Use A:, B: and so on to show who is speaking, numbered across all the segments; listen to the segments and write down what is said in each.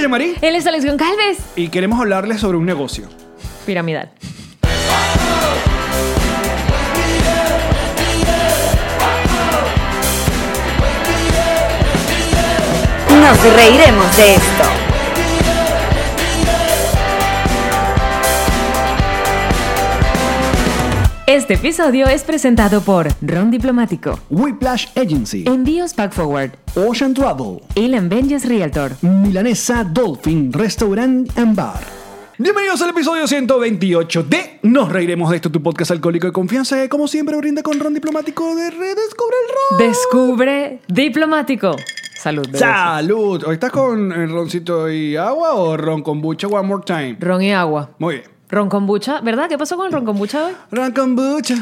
A: Yamari
B: Él es Alexión Calves.
A: y queremos hablarles sobre un negocio.
B: Piramidal.
C: Nos reiremos de esto.
B: Este episodio es presentado por Ron Diplomático,
A: Whiplash Agency,
B: Envíos Pack Forward,
A: Ocean Travel,
B: Elan Benjes Realtor.
A: Milanesa Dolphin Restaurant and Bar. Bienvenidos al episodio 128 de Nos Reiremos de esto, tu podcast alcohólico de confianza, que como siempre brinda con ron diplomático de Redescubre el Ron.
B: Descubre Diplomático. Salud. bebés.
A: Salud. ¿Hoy estás con el roncito y agua o ron con bucha one more time?
B: Ron y agua.
A: Muy bien.
B: Ron kombucha, ¿verdad? ¿Qué pasó con el ron kombucha hoy?
A: Ron con bucha.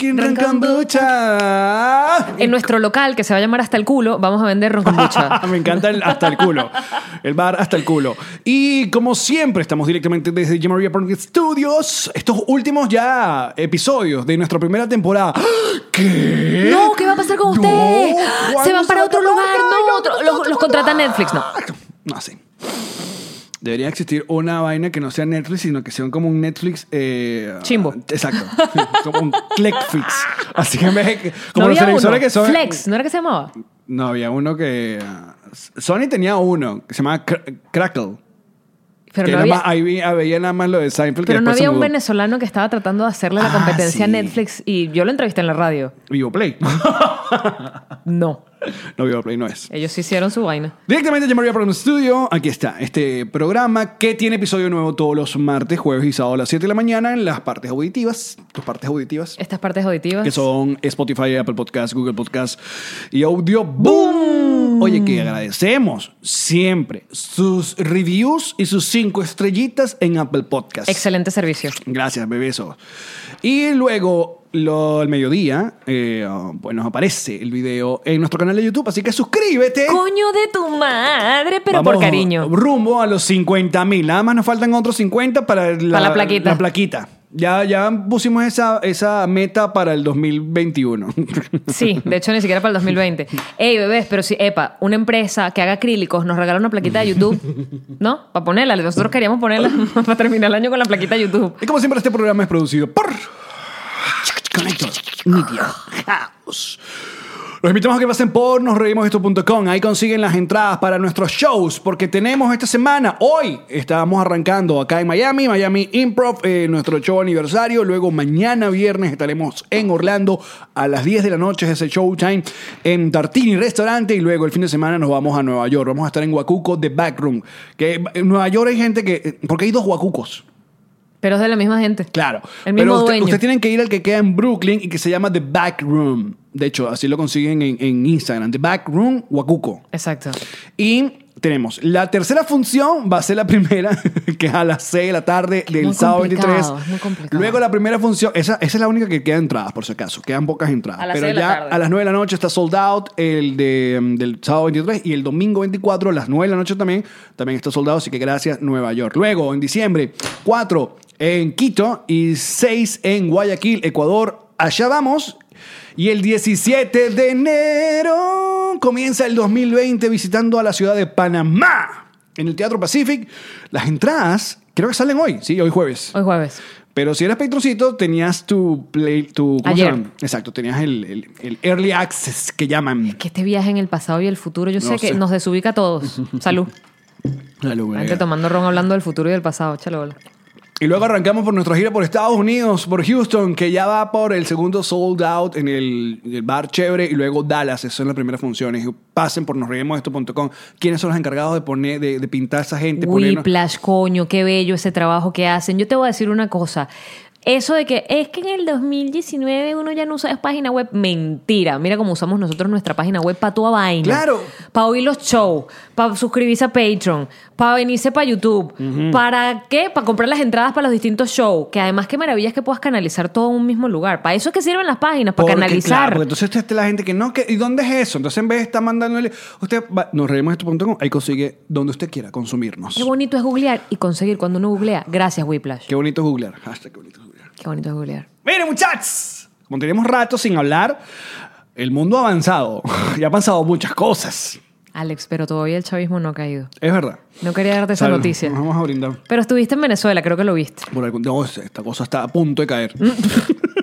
A: Ron
B: Ron
A: con
B: con
A: bucha.
B: En nuestro local, que se va a llamar Hasta el Culo, vamos a vender ron kombucha.
A: Me encanta el hasta el culo. El bar hasta el culo. Y como siempre, estamos directamente desde Jim Maria Apartment Studios. Estos últimos ya episodios de nuestra primera temporada. ¡Ah! ¿Qué?
B: No, ¿qué va a pasar con
A: No,
B: ustedes?
A: ¿cuándo
B: Se van para
A: va
B: otro
A: a
B: lugar,
A: acabar?
B: no, otro- los, los contrata Netflix, no.
A: No sé. Debería existir una vaina que no sea Netflix, sino que sea como un Netflix. eh,
B: Chimbo.
A: Exacto. Sí, como un Netflix. Así que me- como
B: no
A: los
B: había
A: televisores
B: uno.
A: que son.
B: Flex, ¿no era que se llamaba?
A: No, había uno que. ah, Sony tenía uno que se llamaba Cr- Crackle.
B: Pero
A: que
B: no
A: era
B: había,
A: más- ahí vi- había nada más lo de Seinfeld. que
B: pero no
A: después se
B: había un
A: mudó.
B: venezolano que estaba tratando de hacerle la
A: Ah,
B: competencia a
A: sí.
B: Netflix y yo lo entrevisté en la radio.
A: Vivo Play.
B: No,
A: no, Vivo Play no es.
B: ellos hicieron su vaina.
A: Directamente de María para un estudio. Aquí está este programa que tiene episodio nuevo todos los martes, jueves y sábado a las 7 de la mañana en las partes auditivas. Tus partes auditivas.
B: Estas partes auditivas.
A: Que son Spotify, Apple Podcast, Google Podcast y Audio Boom. Oye, que agradecemos siempre sus reviews y sus cinco estrellitas en Apple Podcast.
B: Excelente servicio.
A: Gracias, bebesos. Y luego, lo- al mediodía, eh, oh, pues nos aparece el video en nuestro canal de YouTube, así que suscríbete.
B: Coño de tu madre, pero
A: Vamos
B: por cariño.
A: Rumbo a los 50 mil. Nada más nos faltan otros 50 para la,
B: Para la plaquita.
A: la plaquita. Ya, ya pusimos esa, esa meta para el 2021.
B: Sí, de hecho ni siquiera para el 2020. Ey, bebés, pero si, epa, una empresa que haga acrílicos nos regala una plaquita de YouTube, ¿no? Para ponerla, nosotros queríamos ponerla para terminar el año con la plaquita de YouTube.
A: y como siempre, este programa es producido por Connector Media House. Los invitamos a que pasen por nosreímosesto.com. Ahí consiguen las entradas para nuestros shows, porque tenemos esta semana, hoy, estamos arrancando acá en Miami, Miami Improv, eh, nuestro show aniversario. Luego, mañana viernes, estaremos en Orlando a las 10 de la noche, es ese showtime en Tartini Restaurante. Y luego, el fin de semana, nos vamos a Nueva York. Vamos a estar en Huacuco The Backroom. Que en Nueva York hay gente que. eh, Porque hay dos Huacucos.
B: Pero es de la misma gente.
A: Claro.
B: El mismo
A: Pero usted-
B: dueño.
A: ustedes tienen que ir al que queda en Brooklyn y que se llama The Back Room. De hecho, así lo consiguen en, en Instagram. The Back Room Wakuko.
B: Exacto.
A: Y tenemos la tercera función, va a ser la primera, que es a las 6 de la tarde del
B: muy
A: sábado
B: complicado,
A: 23.
B: es muy complicado.
A: Luego la primera función, esa, esa es la única que queda entradas, por si acaso. Quedan pocas entradas.
B: A las
A: Pero
B: seis de la
A: ya
B: tarde.
A: a las 9 de la noche está sold out el de, mm, del sábado 23 y el domingo 24 a las 9 de la noche también, también está sold out. Así que gracias, Nueva York. Luego, en diciembre, 4 en Quito y 6 en Guayaquil, Ecuador. Allá vamos. Y el 17 de enero comienza el 2020 visitando a la ciudad de Panamá en el Teatro Pacific. Las entradas creo que salen hoy, sí, hoy jueves.
B: Hoy jueves.
A: Pero si eras patroncito, tenías tu play, tu ¿cómo se
B: Ayer.
A: llama? Exacto, tenías el, el- el early access que llaman.
B: Que este viaje en el pasado y el futuro, yo sé
A: No
B: que
A: sé.
B: nos desubica a todos. Salud.
A: Dale,
B: La
A: güey.
B: gente tomando ron hablando del futuro y del pasado, chale bola.
A: eh. Y luego arrancamos por nuestra gira por Estados Unidos, por Houston, que ya va por el segundo sold out en el, el bar chévere, y luego Dallas, esas son las primeras funciones. Pasen por nosreímosesto.com. ¿Quiénes son los encargados de poner, de, de pintar a esa gente? ponernos-
B: Whiplash, coño, qué bello ese trabajo que hacen. Yo te voy a decir una cosa. Eso de que es que en el 2019 uno ya no usa página web, mentira. Mira cómo usamos nosotros nuestra página web para toda vaina.
A: Claro.
B: Para oír los shows, para suscribirse a Patreon, para venirse para YouTube. ¿Para qué? Para comprar las entradas para los distintos shows. Que además, qué maravilla es que puedas canalizar todo en un mismo lugar. Para eso es que sirven las páginas, para
A: Porque,
B: canalizar.
A: claro, porque entonces está la gente que no, que, ¿y dónde es eso? Entonces en vez de estar mandándole, usted va, nos reímos esto.com, ahí consigue donde usted quiera consumirnos.
B: Qué bonito es googlear y conseguir cuando uno googlea. Gracias, Whiplash.
A: Qué bonito es googlear. Hashtag qué bonito es googlear.
B: Qué bonito es googlear.
A: Miren, muchachos. Como tenemos rato sin hablar, el mundo ha avanzado. y ha pasado muchas cosas.
B: Alex, pero todavía el chavismo no ha caído.
A: Es verdad.
B: No quería darte esa
A: Salud.
B: noticia.
A: Nos vamos a brindar.
B: Pero estuviste en Venezuela, creo que lo viste.
A: Por algún... no, esta cosa está a punto de caer.
B: Mm.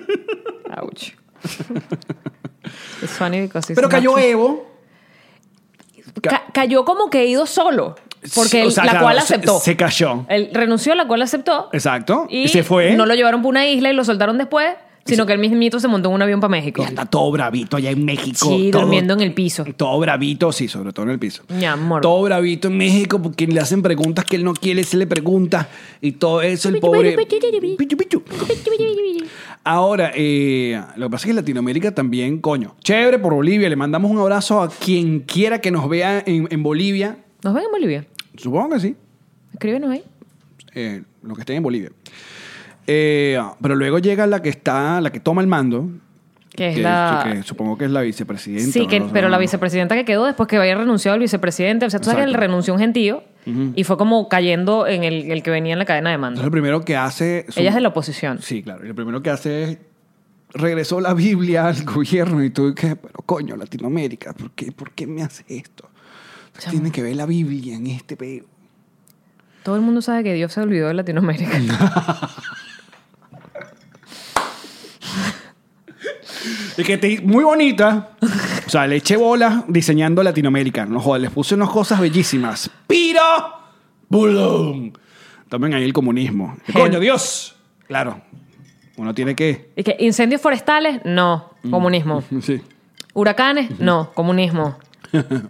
B: Ouch. It's funny because it's
A: Pero cayó
B: not-
A: Evo.
B: Ca- cayó como que ido solo. Porque
A: Sí, o
B: el-
A: sea,
B: la
A: claro,
B: cual
A: se-
B: aceptó.
A: Se, cayó.
B: Él renunció, la cual aceptó.
A: Exacto.
B: Y
A: se fue.
B: No lo llevaron por una isla y lo soltaron después, sino que el mismito se montó en un avión para
A: Y
B: México.
A: anda todo bravito allá en México.
B: Sí,
A: todo-
B: durmiendo en el piso.
A: Todo bravito, sí, sobre todo en el piso.
B: Mi amor.
A: Todo bravito en México porque le hacen preguntas que él no quiere, se le pregunta. Y todo eso, el pobre. Pichu, pichu. Ahora, eh, lo que pasa es que en Latinoamérica también, coño. Chévere por Bolivia. Le mandamos un abrazo a quien quiera que nos vea en, en Bolivia.
B: ¿Nos ven en Bolivia?
A: Supongo que sí.
B: Escríbenos ahí.
A: eh, los que estén en Bolivia. Eh, pero luego llega la que está, la que toma el mando.
B: Que es la...
A: que supongo que es la vicepresidenta.
B: Sí,
A: ¿no?
B: que,
A: No sé,
B: pero
A: no,
B: la
A: no.
B: vicepresidenta que quedó después que había renunciado el vicepresidente, o sea, tú sabes que él
A: Exacto.
B: renunció un gentío y fue como cayendo en el, el que venía en la cadena de mando.
A: Entonces lo primero que hace... su-
B: Ella es de la oposición.
A: Sí, claro. Y lo primero que hace es... Regresó la Biblia al gobierno y tú que, pero coño, Latinoamérica, ¿por qué, por qué me hace esto?
B: Chamo.
A: Tiene que ver la Biblia en este peo.
B: Todo el mundo sabe que Dios se olvidó de Latinoamérica.
A: Y que te, muy bonita. O sea, le eché bola diseñando Latinoamérica. No jodas, les puse unas cosas bellísimas. ¡Piro! ¡Bulum! También ahí el comunismo. ¡Qué ¡Coño, Dios! Claro. Uno tiene que.
B: y que incendios forestales, no,
A: Mm.
B: comunismo.
A: Sí.
B: Huracanes, no, comunismo.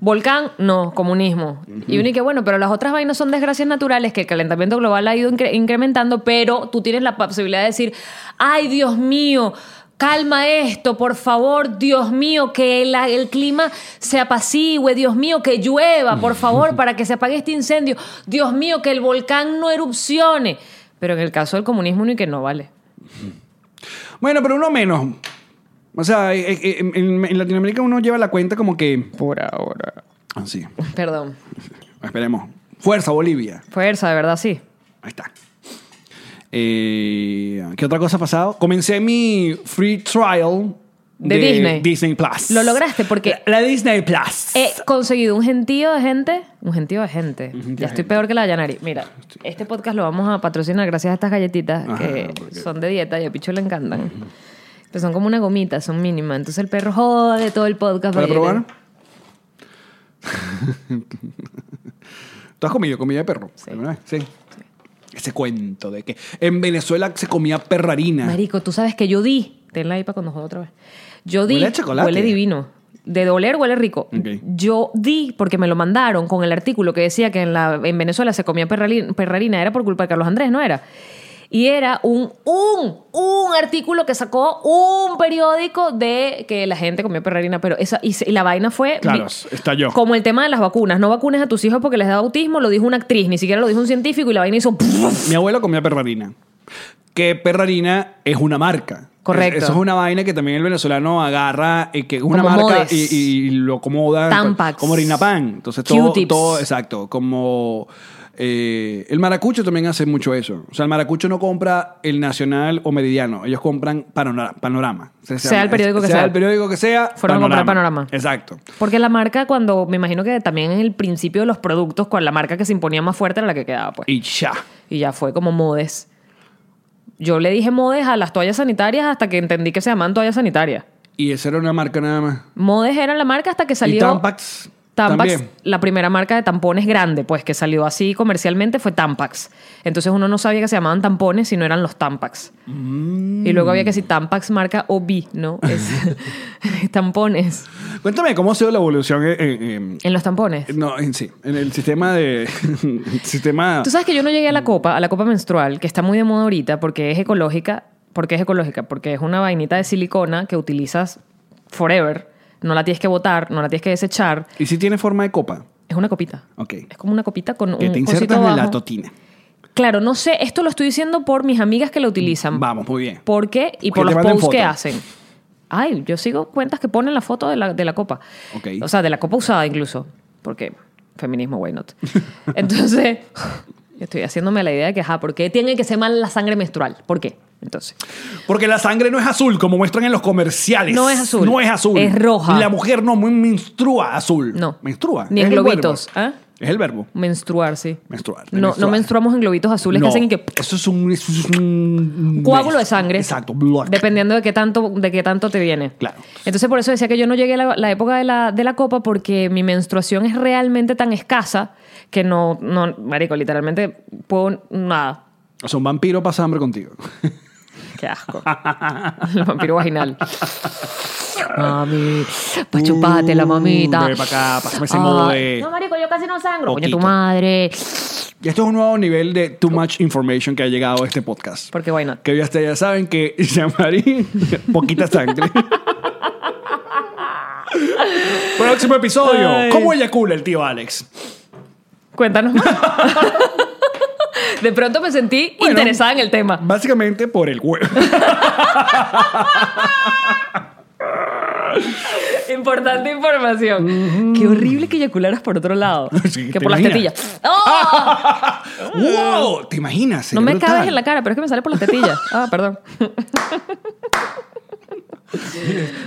B: Volcán, no, comunismo. Y uno y que bueno, pero las otras vainas son desgracias naturales que el calentamiento global ha ido incre- incrementando, pero tú tienes la posibilidad de decir, ay Dios mío, calma esto, por favor, Dios mío, que la- el clima se apacigüe, Dios mío, que llueva, por favor, para que se apague este incendio, Dios mío, que el volcán no erupcione. Pero en el caso del comunismo, uno y que no vale.
A: Bueno, pero uno menos. O sea, eh, eh, en, en Latinoamérica uno lleva la cuenta como que.
B: Por ahora.
A: Así.
B: Perdón.
A: Esperemos. Fuerza, Bolivia.
B: Fuerza, de verdad, sí.
A: Ahí está. Eh, ¿Qué otra cosa ha pasado? Comencé mi free trial
B: De Disney.
A: Plus.
B: Lo lograste, porque- Eh,
A: La, la Disney Plus.
B: He conseguido un gentío de gente. Un gentío de gente.
A: gentío de
B: ya estoy
A: gente.
B: peor que la Yanari. Mira, este podcast lo vamos a patrocinar gracias a estas galletitas
A: Ajá,
B: que
A: porque-
B: son de dieta y a Picho le encantan. Pero son como una gomita, son mínimas. Entonces el perro jode todo el podcast.
A: ¿Para
B: porque-
A: probar? ¿Tú has comido comida de perro?
B: Sí.
A: alguna vez? Sí. Ese cuento de que en Venezuela se comía perrarina.
B: Marico, tú sabes que yo di. Tenla ahí para cuando joda otra vez. Yo di.
A: Huele a chocolate.
B: Huele divino. De doler huele rico.
A: Ok.
B: Yo di, porque me lo mandaron con el artículo que decía que en, la, en Venezuela se comía perrali- perrarina. Era por culpa de Carlos Andrés, ¿no era? Y era un, un, un artículo que sacó un periódico de que la gente comía perrarina. Pero esa, y, se- y la vaina fue.
A: Claro,
B: vi-
A: estalló.
B: Como el tema de las vacunas. No vacunes a tus hijos porque les da autismo, lo dijo una actriz, ni siquiera lo dijo un científico y la vaina hizo.
A: Mi abuelo comía perrarina. Que perrarina es una marca.
B: Correcto.
A: Es- Eso es una vaina que también el venezolano agarra, eh, que es una
B: Como
A: marca
B: modes.
A: y, y lo acomoda.
B: Tampax.
A: Como Rinapán. Entonces todo,
B: Q-tips.
A: todo, exacto. Como eh, el maracucho también hace mucho eso. O sea, el maracucho no compra el nacional o meridiano. Ellos compran Panora- panorama. O
B: Sea el periódico que sea.
A: el periódico que sea.
B: Fueron a comprar Panorama.
A: Exacto.
B: Porque la marca, cuando me imagino que también en el principio de los productos, con la marca que se imponía más fuerte era la que quedaba, pues.
A: Y ya.
B: Y ya fue como modes. Yo le dije modes a las toallas sanitarias hasta que entendí que se llaman toallas sanitarias.
A: Y esa era una marca nada más.
B: Modes era la marca hasta que salió.
A: Y Tampax.
B: Tampax,
A: también.
B: la primera marca de tampones grande, pues que salió así comercialmente fue Tampax. Entonces uno no sabía que se llamaban tampones si no eran los Tampax.
A: Mm.
B: Y luego había que si Tampax marca OB, ¿no? Es tampones.
A: Cuéntame cómo ha sido la evolución en- en- en,
B: En los tampones.
A: No, en sí, en el sistema de el sistema
B: Tú sabes que yo no llegué a
A: Mm.
B: la copa, a la copa menstrual, que está muy de moda ahorita porque es ecológica. ¿Por qué es ecológica? Porque es una vainita de silicona que utilizas forever. No la tienes que botar, no la tienes que desechar.
A: y si tiene forma de copa,
B: Es una copita.
A: Ok.
B: Es como una copita con
A: que
B: un
A: te
B: cosito
A: insertas en la
B: abajo.
A: totina.
B: Claro, no sé, esto lo estoy diciendo por mis amigas que la utilizan.
A: Vamos, muy bien.
B: ¿Por qué?
A: Que te
B: Y por los
A: manden
B: posts que
A: foto.
B: hacen. Ay, yo sigo cuentas que ponen la foto de la, de la copa.
A: Ok.
B: O sea, de la copa usada incluso. Porque feminismo, why not? Entonces, yo estoy haciéndome la idea de que, ajá, ¿por qué tiene que ser mal la sangre menstrual? ¿Por qué? Entonces,
A: Porque la sangre no es azul, como muestran en los comerciales.
B: No es azul.
A: No es azul.
B: Es roja.
A: Y la mujer no mu- menstrua azul.
B: No.
A: Menstrua.
B: Ni
A: Es
B: en
A: el verbo.
B: globitos, ¿ah?
A: Es el verbo.
B: menstruar, sí.
A: Menstruar. de
B: No, no
A: menstruar.
B: menstruamos en globitos azules
A: No,
B: que hacen y que
A: Eso es un. eso es un-
B: coágulo de sangre.
A: Exacto. blood.
B: Dependiendo de qué tanto, de qué tanto te viene.
A: Claro.
B: Entonces, por eso decía que yo no llegué a la, la época de la, de la copa porque mi menstruación es realmente tan escasa que no, no, marico, literalmente puedo nada.
A: O sea, un vampiro pasa hambre contigo.
B: Qué asco. El vampiro vaginal. Mami, pa' chupate la mamita.
A: Mm, ven pa' acá, pásame ese
B: Ay,
A: modo de-
B: No, marico, yo casi no sangro. Coño,
A: Poquito.
B: tu madre.
A: Y esto es un nuevo nivel de too much information que ha llegado a este podcast.
B: Porque why not?
A: Que ya, ustedes ya saben que Jean-Marie, poquita sangre. Próximo episodio.
B: Ay.
A: ¿Cómo eyacula el tío Alex?
B: Cuéntanos más. De pronto me sentí
A: Bueno,
B: interesada en el tema.
A: Básicamente por el huevo.
B: Importante información. Qué horrible que eyacularas por otro lado.
A: Sí,
B: que
A: ¿te
B: por las
A: imaginas?
B: tetillas. ¡Oh!
A: ¡Wow! ¿Te imaginas?
B: No
A: Sería
B: me
A: brutal.
B: cabes en la cara, pero es que me sale por las tetillas. Ah, perdón.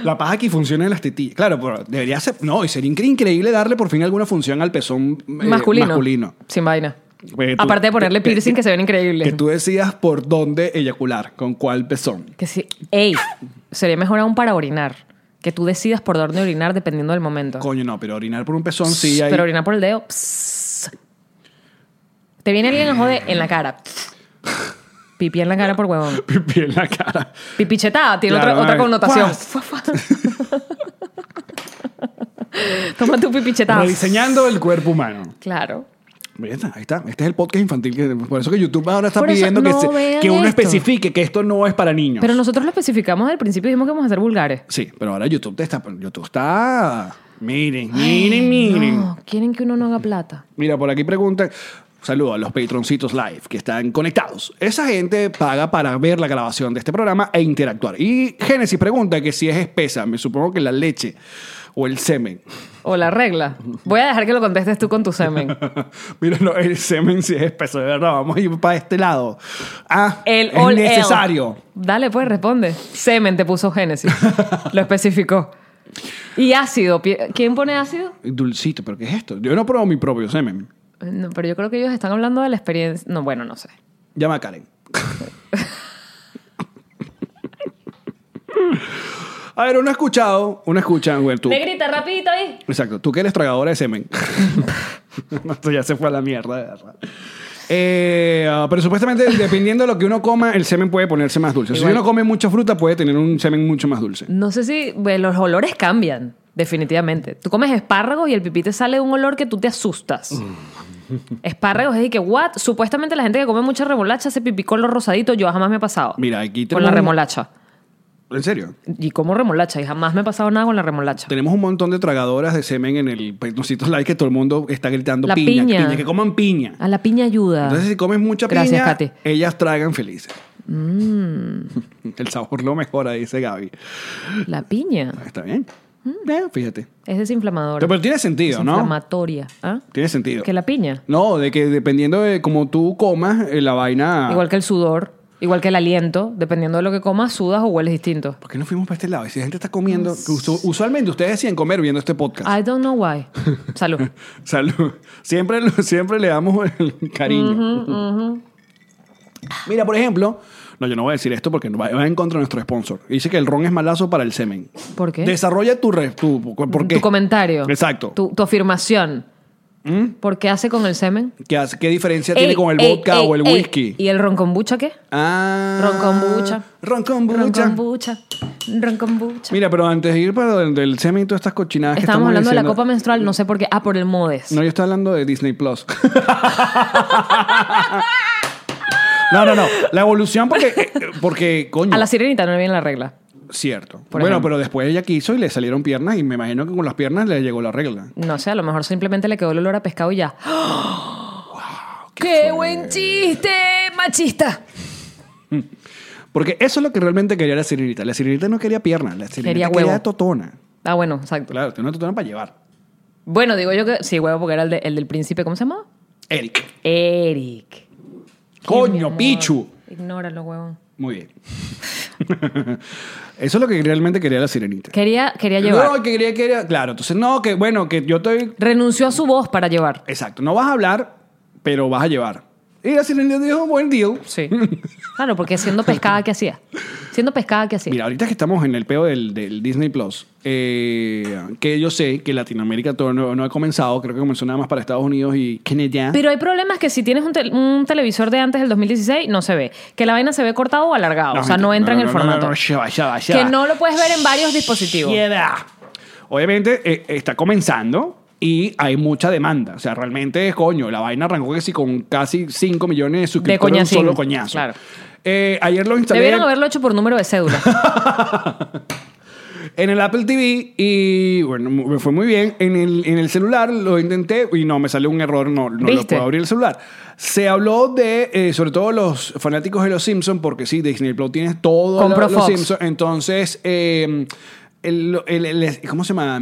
A: La paja que funciona en las tetillas. Claro, pero debería ser. No, y sería incre- increíble darle por fin alguna función al pezón eh,
B: Masculino.
A: masculino.
B: Sin vaina.
A: Porque tú-
B: Aparte de ponerle
A: que-
B: piercing que, se ven
A: Que
B: increíbles.
A: tú decidas por dónde eyacular, con cuál pezón.
B: Que sí. Ey, sería mejor aún para orinar. Que tú decidas por dónde orinar dependiendo del momento.
A: Coño, no, pero orinar por un pezón sí hay.
B: Pero orinar por el dedo. pss. Te viene alguien a joder en la cara. pss. Pipí en la cara por huevón.
A: pipí en la cara.
B: Pipichetada tiene
A: Claro,
B: otra, otra
A: vale.
B: connotación.
A: Fuá,
B: Toma tu pipichetada.
A: Rediseñando el cuerpo humano.
B: Claro.
A: Ahí está, ahí está. Este es el podcast infantil. que- por eso que YouTube ahora está
B: Por eso,
A: pidiendo que,
B: no
A: se-
B: vean
A: que uno
B: esto.
A: especifique que esto no es para niños.
B: Pero nosotros lo especificamos al principio, dijimos que vamos a ser vulgares.
A: Sí, pero ahora YouTube te está. YouTube está. Miren, miren, miren.
B: No, quieren que uno no haga plata.
A: Mira, por aquí preguntan. Saludo a los patroncitos live que están conectados. Esa gente paga para ver la grabación de este programa e interactuar. Y Génesis pregunta que si es espesa, me supongo que la leche o el semen.
B: O la regla. Voy a dejar que lo contestes tú con tu semen.
A: Mira, no, el semen sí es espeso, de verdad. Vamos a ir para este lado. Ah,
B: El
A: es
B: all
A: necesario.
B: L. Dale, pues responde. Semen te puso Génesis. Lo especificó. Y ácido. Pi- ¿Quién pone ácido?
A: Dulcito, ¿pero qué es esto? Yo no pruebo mi propio semen.
B: No, pero yo creo que ellos están hablando de la experiencia. No, bueno, no sé.
A: Llama a Karen. a ver, uno ha escuchado, uno escucha, bueno, tú.
B: Negrita, rapidito ahí.
A: Exacto, tú que eres tragadora de semen. Esto ya se fue a la mierda, de verdad. Eh, ah, pero supuestamente, dependiendo de lo que uno coma, el semen puede ponerse más dulce.
B: Igual.
A: Si uno come mucha fruta, puede tener un semen mucho más dulce.
B: No sé si bueno, los olores cambian, definitivamente. Tú comes espárragos y el pipí te sale un olor que tú te asustas.
A: Mm.
B: Espárragos es de que, what? Supuestamente la gente que come mucha remolacha hace pipí color rosadito. Yo jamás me he pasado.
A: Mira, aquí
B: Con la
A: tenemos-
B: remolacha.
A: ¿En serio?
B: Y como remolacha y jamás me ha pasado nada con la remolacha.
A: Tenemos un montón de tragadoras de semen en el Petroncito Live que todo el mundo está gritando
B: La
A: piña,
B: piña.
A: piña, que coman piña.
B: A la piña ayuda.
A: Entonces, si comes mucha
B: Gracias,
A: piña,
B: Katy.
A: ellas tragan felices.
B: Mm.
A: El sabor lo mejora, dice Gaby.
B: La piña
A: Está bien.
B: Mm.
A: Eh, fíjate.
B: es desinflamadora.
A: Pero tiene sentido, ¿no?
B: Desinflamatoria. ¿Ah?
A: Tiene sentido.
B: Que la piña.
A: No, de que dependiendo de cómo tú comas, eh, la vaina.
B: Igual que el sudor, igual que el aliento. Dependiendo de lo que comas, sudas o hueles distinto.
A: ¿Por qué no fuimos para este lado? Y si la gente está comiendo.
B: Mm.
A: que usu- Usualmente ustedes decían comer viendo este podcast.
B: I don't know why. Salud.
A: Salud. Siempre, lo- siempre le damos el cariño. Mira, por ejemplo. No, yo no voy a decir esto porque va, va en contra de nuestro sponsor. Dice que el ron es malazo para el semen.
B: ¿Por qué?
A: Desarrolla tu. Re, tu ¿por qué?
B: Tu comentario.
A: Exacto.
B: Tu, tu afirmación. ¿Por qué hace con el semen?
A: ¿Qué, hace- qué diferencia tiene
B: Ey,
A: con el
B: ey,
A: vodka
B: ey,
A: o el
B: ey.
A: whisky?
B: ¿Y el ron kombucha qué?
A: Ah.
B: Ron kombucha.
A: Ron
B: Ron
A: kombucha.
B: kombucha. Ron kombucha.
A: Mira, pero antes de ir para del, del semen y todas estas cochinadas
B: Estábamos
A: que
B: hablando
A: estamos
B: de la copa
A: diciendo-
B: menstrual, no sé por qué. Ah, por el modes.
A: No, yo estaba hablando de Disney Plus. no, no, no. La evolución porque, eh, porque coño.
B: A la sirenita no le viene la regla.
A: Cierto.
B: Por
A: bueno,
B: ejemplo.
A: pero después ella quiso y le salieron piernas y me imagino que con las piernas le llegó la regla.
B: No sé, a lo mejor simplemente le quedó el olor a pescado y ya. ¡Qué, buen chiste, machista!
A: Porque eso es lo que realmente quería la sirenita. La sirenita no quería piernas, la sirenita
B: Quería
A: quería,
B: huevo.
A: totona.
B: Ah, bueno, exacto.
A: Claro, tiene una totona para llevar.
B: Bueno, digo yo que sí, huevo, porque era el, de- el del príncipe, ¿cómo se llamaba?
A: Eric.
B: Eric.
A: Coño, Pichu.
B: Ignóralo, huevón.
A: Muy bien. Eso es lo que realmente quería la sirenita.
B: Quería, quería llevar.
A: No, que quería, quería. Claro, entonces no, que bueno, que yo estoy.
B: Renunció a su voz para llevar.
A: Exacto, no vas a hablar, pero vas a llevar. Y la sirenita dijo, buen deal.
B: Sí. Claro, porque siendo pescada, ¿qué hacía? Siendo pescada, ¿qué hacía?
A: Mira, ahorita que estamos en el peo del, del Disney Plus, eh, que yo sé que Latinoamérica todavía no, no ha comenzado, creo que comenzó nada más para Estados Unidos y Canadá.
B: Pero hay problemas que si tienes un, tel- un televisor de antes del 2016, no se ve. Que la vaina se ve cortado o alargado. o sea,
A: gente,
B: no entra en el
A: no, no,
B: formato.
A: no, ya va, ya va, ya
B: que
A: va.
B: no lo puedes ver en varios dispositivos.
A: Ya va. Obviamente eh, está comenzando y hay mucha demanda. O sea, realmente, coño, la vaina arrancó que sí con casi 5 millones de suscriptores de un
B: coñacín.
A: solo coñazo.
B: Claro.
A: Eh, ayer lo instalé
B: Debieron haberlo hecho por número de cédula.
A: en el Apple TV y bueno, mu- me fue muy bien. En el, en el celular lo intenté y no, me salió un error, no, no lo
B: ¿Viste?
A: puedo abrir el celular. Se habló de, eh, sobre todo los fanáticos de los Simpsons, porque sí, Disney Plus tiene todo
B: Compró
A: lo- los
B: Fox.
A: Simpsons. Entonces, eh, el- el- el- ¿cómo se llama?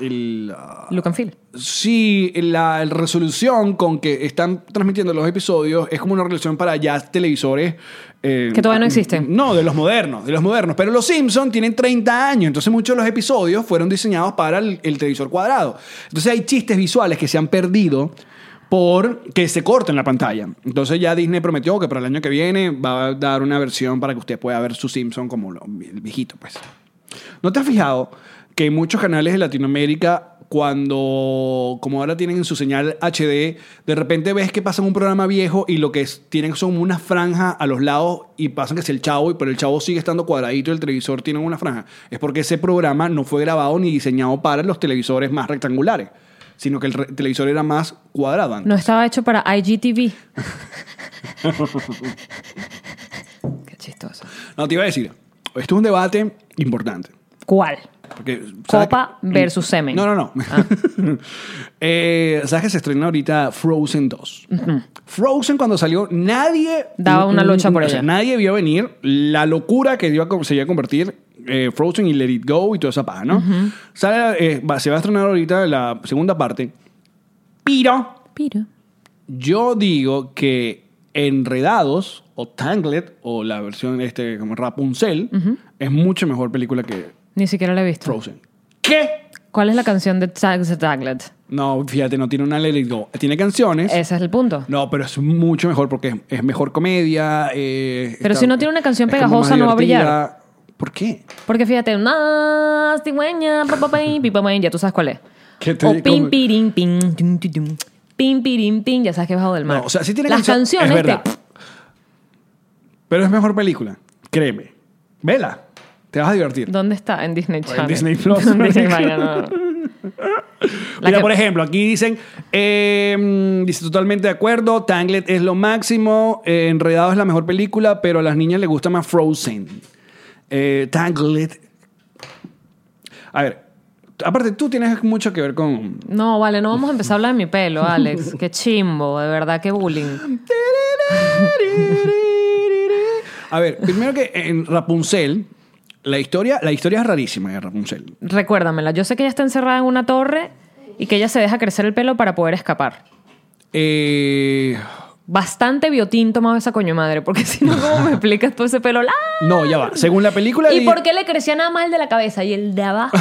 A: El, ah,
B: Look and feel.
A: Sí, la resolución con que están transmitiendo los episodios es como una resolución para ya televisores. eh,
B: Que todavía no existen.
A: No, de los modernos, de los modernos. Pero los Simpsons tienen 30 años, entonces muchos de los episodios fueron diseñados para el, el televisor cuadrado. Entonces hay chistes visuales que se han perdido por que se corten la pantalla. Entonces ya Disney prometió que para el año que viene va a dar una versión para que usted pueda ver su Simpson como lo- el viejito, pues. ¿No te has fijado que muchos canales de Latinoamérica, cuando, como ahora tienen en su señal HD, de repente ves que pasan un programa viejo y lo que es- tienen son una franja a los lados y pasan que es el chavo, y pero el chavo sigue estando cuadradito y el televisor tiene una franja? Es porque ese programa no fue grabado ni diseñado para los televisores más rectangulares, sino que el re- televisor era más cuadrado. antes.
B: No estaba hecho para IGTV. Qué chistoso.
A: No, te iba a decir, esto es un debate importante.
B: ¿Cuál?
A: Porque, ¿sabes
B: Copa
A: que-
B: versus semen. Ah.
A: No, no, no. Eh, ¿Sabes que se estrena ahorita Frozen 2? Frozen cuando salió, nadie... Mm,
B: Daba una locha por
A: o sea,
B: ella.
A: nadie vio venir la locura que iba a com- se iba a convertir eh, Frozen y Let It Go y toda esa paja, ¿no? Sale, eh, va- se va a estrenar ahorita la segunda parte. Pero
B: Piro.
A: yo digo que Enredados o Tangled o la versión este como Rapunzel es mucho mejor película que
B: Ni siquiera la he visto.
A: Frozen. ¿Qué?
B: ¿Cuál es la canción de Zack Taglet?
A: No, fíjate, no tiene una Let It Go. Tiene canciones.
B: Ese es el punto.
A: No, pero es mucho mejor porque es, es mejor comedia. eh,
B: Pero si no tiene una canción
A: es como más
B: pegajosa, no va a
A: divertida.
B: brillar.
A: ¿Por qué?
B: Porque fíjate, una cigüeña, pa, pa, pa, y, pi, pa, pa, y, ya tú sabes cuál es.
A: ¿Qué te-
B: o pim,
A: cómo-
B: pirim, pim, dum, dum, dum, pim, pirim, pim, ya sabes que es bajo del mar.
A: No, o sea, sí tiene
B: Las
A: cancio-
B: canciones.
A: es verdad.
B: te-
A: Pero es mejor película. Créeme. Vela. Te vas a divertir.
B: ¿Dónde está? En Disney Channel.
A: Disney Plus.
B: En Disney vaina, no, no. La
A: Mira,
B: que-
A: por ejemplo, aquí dicen, eh, dice totalmente de acuerdo, Tangled es lo máximo, eh, Enredado es la mejor película, pero a las niñas les gusta más Frozen. Eh, Tangled. A ver, aparte tú tienes mucho que ver con...
B: No, vale, no vamos a empezar a hablar de mi pelo, Alex. qué chimbo, de verdad, qué bullying.
A: A ver, primero que en Rapunzel, la historia, la historia es rarísima de Rapunzel.
B: Recuérdamela. Yo sé que ella está encerrada en una torre y que ella se deja crecer el pelo para poder escapar.
A: Eh,
B: Bastante biotín tomaba esa coño madre, porque si no, ¿cómo me explicas todo ese pelo? ¡Ah!
A: no, ya va. Según la película...
B: ¿Y
A: di-
B: por qué le crecía nada más el de la cabeza y el de abajo?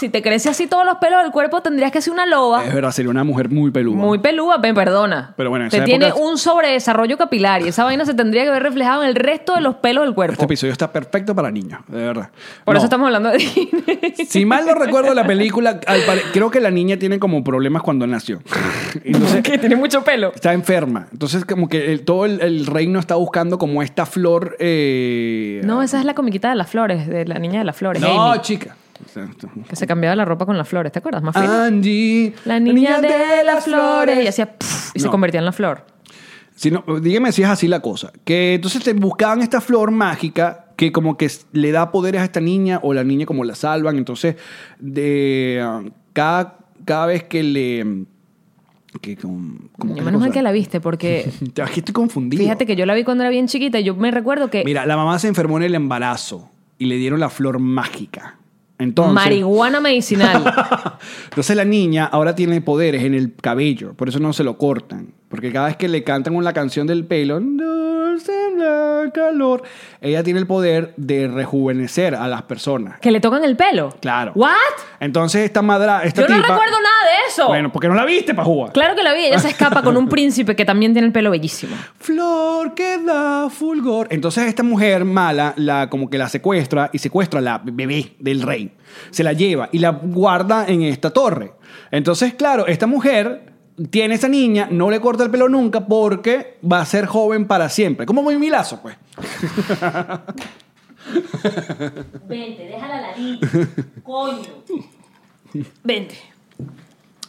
B: si te crece así todos los pelos del cuerpo, tendrías que ser una loba.
A: Es verdad, sería una mujer muy peluda.
B: Muy peluda, pe- perdona.
A: Pero bueno, en
B: te
A: esa
B: tiene
A: época-
B: un sobredesarrollo capilar y esa vaina se tendría que ver reflejado en el resto de los pelos del cuerpo.
A: Este episodio está perfecto para niños, de verdad.
B: Por
A: No.
B: eso estamos hablando de Disney.
A: Si mal no recuerdo la película, al pare- creo que la niña tiene como problemas cuando nació. Entonces
B: que tiene mucho pelo.
A: está enferma. Entonces como que el- todo el, el reino está buscando como esta flor... eh,
B: No, esa es la comiquita de las flores, de la niña de las flores.
A: No,
B: Amy,
A: chica. O sea, esto-
B: que se cambiaba la ropa con las flores, ¿te acuerdas? Más fina.
A: Ah, Angie.
B: Ah, La niña de las flores. Y hacía pff, y se
A: No.
B: convertía en la flor.
A: Si no, dígame si es así la cosa. Que entonces te buscaban esta flor mágica que como que s- le da poderes a esta niña o la niña como la salvan. Entonces, de ah, cada, cada vez que le... um, Que con, como
B: Coño,
A: que
B: menos mal
A: cosa-
B: que la viste, porque
A: Ya, Aquí estoy confundido.
B: fíjate que yo la vi cuando era bien chiquita y yo me recuerdo que
A: Mira, la mamá se enfermó en el embarazo y le dieron la flor mágica. Entonces...
B: marihuana medicinal.
A: Entonces la niña ahora tiene poderes en el cabello, por eso no se lo cortan. Porque cada vez que le cantan una canción del pelo, "Dulce la calor. Ella tiene el poder de rejuvenecer a las personas.
B: Que le tocan el pelo.
A: Claro.
B: ¿What?
A: Entonces esta madra, esta
B: Yo no
A: tipa-
B: recuerdo nada de eso.
A: Bueno, porque no la viste, Pajúa.
B: Claro que la vi, ella se escapa con un príncipe que también tiene el pelo bellísimo.
A: Flor que da fulgor. Entonces esta mujer mala, la como que la secuestra y secuestra a la bebé del rey. Se la lleva y la guarda en esta torre. Entonces, claro, esta mujer tiene esa niña, no le corta el pelo nunca porque va a ser joven para siempre. Como muy milazo, pues.
B: Vente, déjala la Coño. Vente.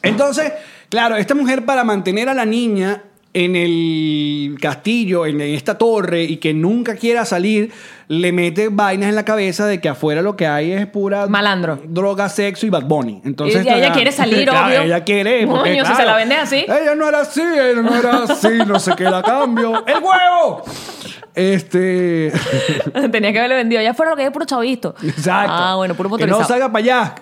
A: Entonces, claro, esta mujer para mantener a la niña en el castillo, en esta torre, y que nunca quiera salir, le mete vainas en la cabeza de que afuera lo que hay es pura...
B: Malandro.
A: Droga, sexo y Bad Bunny. Entonces,
B: Y ella
A: claro,
B: quiere salir,
A: claro,
B: obvio.
A: Ella quiere. porque,
B: Coño, si
A: claro,
B: se la vendes así.
A: Ella no era así, ella no era así, no sé qué la cambio. ¡El huevo! Este...
B: Tenía que haberle vendido. Ya fuera lo que es puro chavisto.
A: Exacto.
B: Ah, bueno, puro
A: Que no
B: motorizado.
A: salga para allá.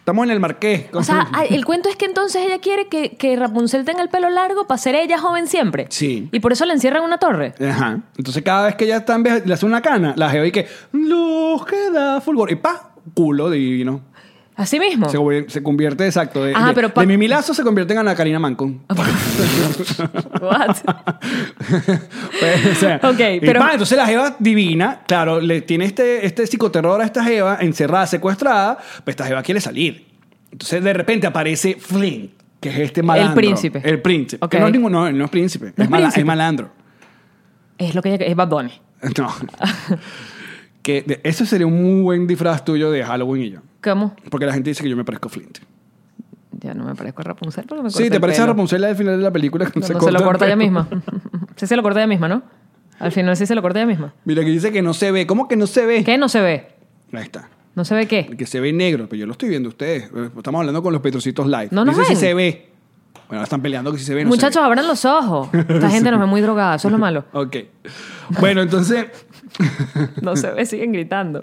A: Estamos en el marqués.
B: O sea, ah, el cuento es que entonces ella quiere que, que Rapunzel tenga el pelo largo para ser ella joven siempre.
A: Sí.
B: Y por eso la encierran en una torre.
A: Ajá. Entonces cada vez que ella está en vez- le hace una cana, la geo y que luz que da fulgor. Y pa, culo divino.
B: Así mismo.
A: Se, convier- se convierte, exacto. De,
B: Ah. Ajá,
A: de-
B: pero pa-
A: de Mimi Lazo se convierte en Ana Karina Mancon.
B: What?
A: Pues, o sea,
B: Ok,
A: y
B: pero-
A: pa, entonces la Jeva divina, claro, le tiene este, este psicoterror a esta Jeva, encerrada, secuestrada, pues esta Jeva quiere salir. Entonces de repente aparece Flynn, que es este malandro.
B: príncipe.
A: El príncipe.
B: Ok.
A: Que no es ningún- no, él no es príncipe.
B: No
A: es,
B: es
A: mala-
B: príncipe.
A: es malandro.
B: Es lo que ella, es Bad Bunny.
A: No. que de- eso sería un muy buen disfraz tuyo de Halloween y yo.
B: ¿Cómo?
A: Porque la gente dice que yo me parezco a Flint.
B: Ya no me parezco a Rapunzel porque me corté
A: Sí,
B: el
A: te parece a
B: pelo.
A: Rapunzel al final de la película. cuando
B: No, no, se lo
A: el
B: corta ella
A: pelo.
B: misma. Sí se lo corta ella misma, ¿no? Al final sí se lo corta ella misma.
A: Mira, que dice que no se ve. ¿Cómo que no se ve?
B: ¿Qué no se ve?
A: Ahí está.
B: ¿No se ve qué?
A: Que se ve negro, pero yo lo estoy viendo a ustedes. Eh, Estamos hablando con los Petrocitos Live.
B: No nos
A: dice si
B: ven.
A: se ve. Bueno, están peleando que si se ve. No
B: Muchachos,
A: se ve.
B: abran los ojos. Esta gente nos ve muy drogada, eso es lo malo.
A: Ok. Bueno, entonces.
B: No se ve, siguen gritando.